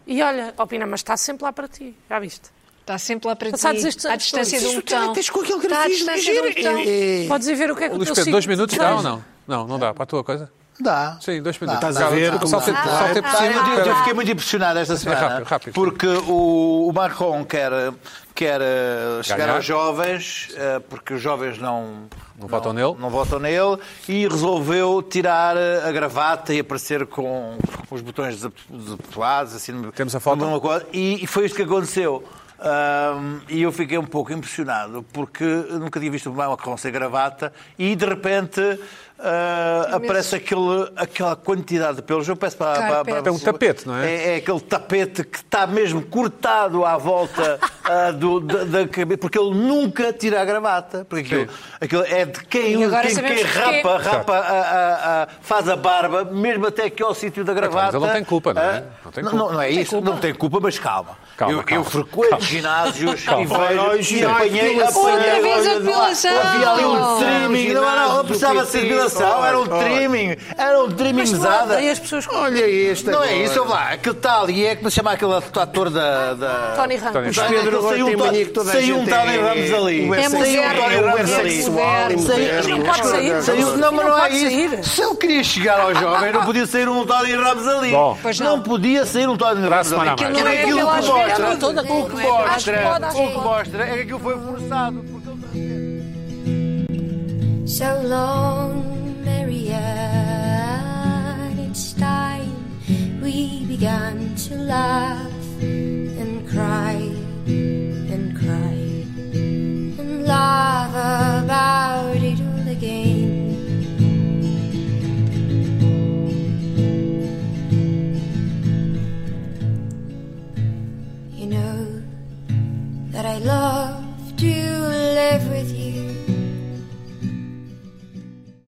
Speaker 3: E olha, opina, mas está sempre lá para ti, já viste?
Speaker 4: Está sempre lá para ti,
Speaker 3: Passados estes
Speaker 4: à
Speaker 3: anos
Speaker 4: distância de
Speaker 3: todos.
Speaker 4: um
Speaker 2: Existe o
Speaker 4: botão.
Speaker 2: teletexto com aquele
Speaker 4: Está à
Speaker 2: grafismo.
Speaker 4: distância de um
Speaker 2: Gira.
Speaker 4: botão.
Speaker 2: É, é.
Speaker 3: Podes ir ver o que é que
Speaker 1: O
Speaker 3: o
Speaker 1: Luís
Speaker 3: teu
Speaker 1: Pedro, dois
Speaker 3: signo
Speaker 1: minutos
Speaker 3: te
Speaker 1: dá
Speaker 3: diz.
Speaker 1: ou não? Não, não dá. Para a tua coisa?
Speaker 5: Dá.
Speaker 1: Sim, dois minutos.
Speaker 2: Estás a ver?
Speaker 1: Só o tempo só o tempo
Speaker 5: Sim,
Speaker 1: possível.
Speaker 5: eu, eu- eu
Speaker 1: Espera.
Speaker 5: fiquei muito impressionado esta semana.
Speaker 1: É rápido, rápido.
Speaker 5: Porque o, o Macron quer, quer eh, chegar
Speaker 1: Ganhar.
Speaker 5: aos jovens, eh, porque os jovens não.
Speaker 1: Não votam nele.
Speaker 5: Não votam nele e resolveu tirar eh, a gravata e aparecer com os botões desap- desapertados, assim.
Speaker 1: Temos a foto?
Speaker 5: alguma coisa. E, e foi isto que aconteceu. Ahm, e eu fiquei um pouco impressionado porque eu nunca tinha visto o Macron sem gravata e de repente ah, aparece aquele, aquela quantidade de pelos. Eu peço para
Speaker 4: Carpete.
Speaker 1: É um tapete, não é?
Speaker 5: é? aquele tapete que está mesmo cortado à volta ah, do, da, da cabeça, porque ele nunca tira a gravata. Porque aquilo, aquilo é de quem,
Speaker 3: E agora
Speaker 5: quem, quem
Speaker 3: sabemos porquê.
Speaker 5: rapa, rapa, a- a- a- faz a barba, mesmo até que ao sítio da
Speaker 1: Então, mas ele
Speaker 5: gravata.
Speaker 1: não tem culpa, não é?
Speaker 5: ah,
Speaker 1: Não tem
Speaker 5: não,
Speaker 1: culpa.
Speaker 5: não, não é isso, não tem culpa, mas calma.
Speaker 1: Calma,
Speaker 5: eu,
Speaker 1: calma.
Speaker 5: eu frequento
Speaker 1: Calma.
Speaker 5: ginásios e
Speaker 2: Olha,
Speaker 5: vejo e
Speaker 2: ginásios,
Speaker 5: apanhei,
Speaker 2: depilação.
Speaker 5: apanhei.
Speaker 4: Outra vez
Speaker 5: olha,
Speaker 4: depilação.
Speaker 5: Havia ali um
Speaker 4: Ginásios,
Speaker 5: trimming, não, não, não
Speaker 2: do
Speaker 5: precisava ser
Speaker 2: PT,
Speaker 5: depilação, era um
Speaker 2: olha, olha.
Speaker 5: trimming, era um
Speaker 3: Mas tu
Speaker 5: trimmingzada.
Speaker 3: odeias pessoas com-
Speaker 2: Olha este
Speaker 5: Não
Speaker 2: agora.
Speaker 5: é isso, olha lá, aquele tal, e é que me chama aquele ator da. da...
Speaker 3: Tony Ramos.
Speaker 5: Olha,
Speaker 2: Pedro
Speaker 5: aquele
Speaker 2: agora
Speaker 5: saiu
Speaker 2: tem
Speaker 5: um
Speaker 2: mania que
Speaker 5: to-
Speaker 2: toda a
Speaker 5: Saiu um
Speaker 2: gente
Speaker 5: Tony
Speaker 2: é-
Speaker 5: Ramos ali.
Speaker 2: o
Speaker 4: É
Speaker 5: Saiu um
Speaker 4: moderno,
Speaker 5: Tony
Speaker 4: é
Speaker 5: Ramos ali.
Speaker 4: moderno.
Speaker 2: Sexual e
Speaker 4: Saiu- um
Speaker 2: moderno.
Speaker 3: Não pode sair.
Speaker 5: Saiu, não, mas
Speaker 3: Não
Speaker 5: não é
Speaker 3: pode
Speaker 5: isso.
Speaker 3: sair.
Speaker 5: Se eu queria chegar ao jovem, não podia sair um Tony Ramos ali.
Speaker 1: Bom.
Speaker 4: Pois não.
Speaker 5: não. podia sair um Tony Ramos
Speaker 1: semana
Speaker 5: ali.
Speaker 1: a mais.
Speaker 5: Aquilo
Speaker 3: Não é
Speaker 5: aquilo
Speaker 3: aquela
Speaker 5: que
Speaker 3: às vezes,
Speaker 5: mostra-
Speaker 3: não, toda-
Speaker 5: O que
Speaker 3: não é aquela- Acho que pode,
Speaker 5: mostra,
Speaker 3: acho que
Speaker 5: o que
Speaker 3: pode.
Speaker 5: mostra é que aquilo foi forçado. porque ele-
Speaker 6: So long, Mary Ann, it's time we began to laugh and cry and cry and lie.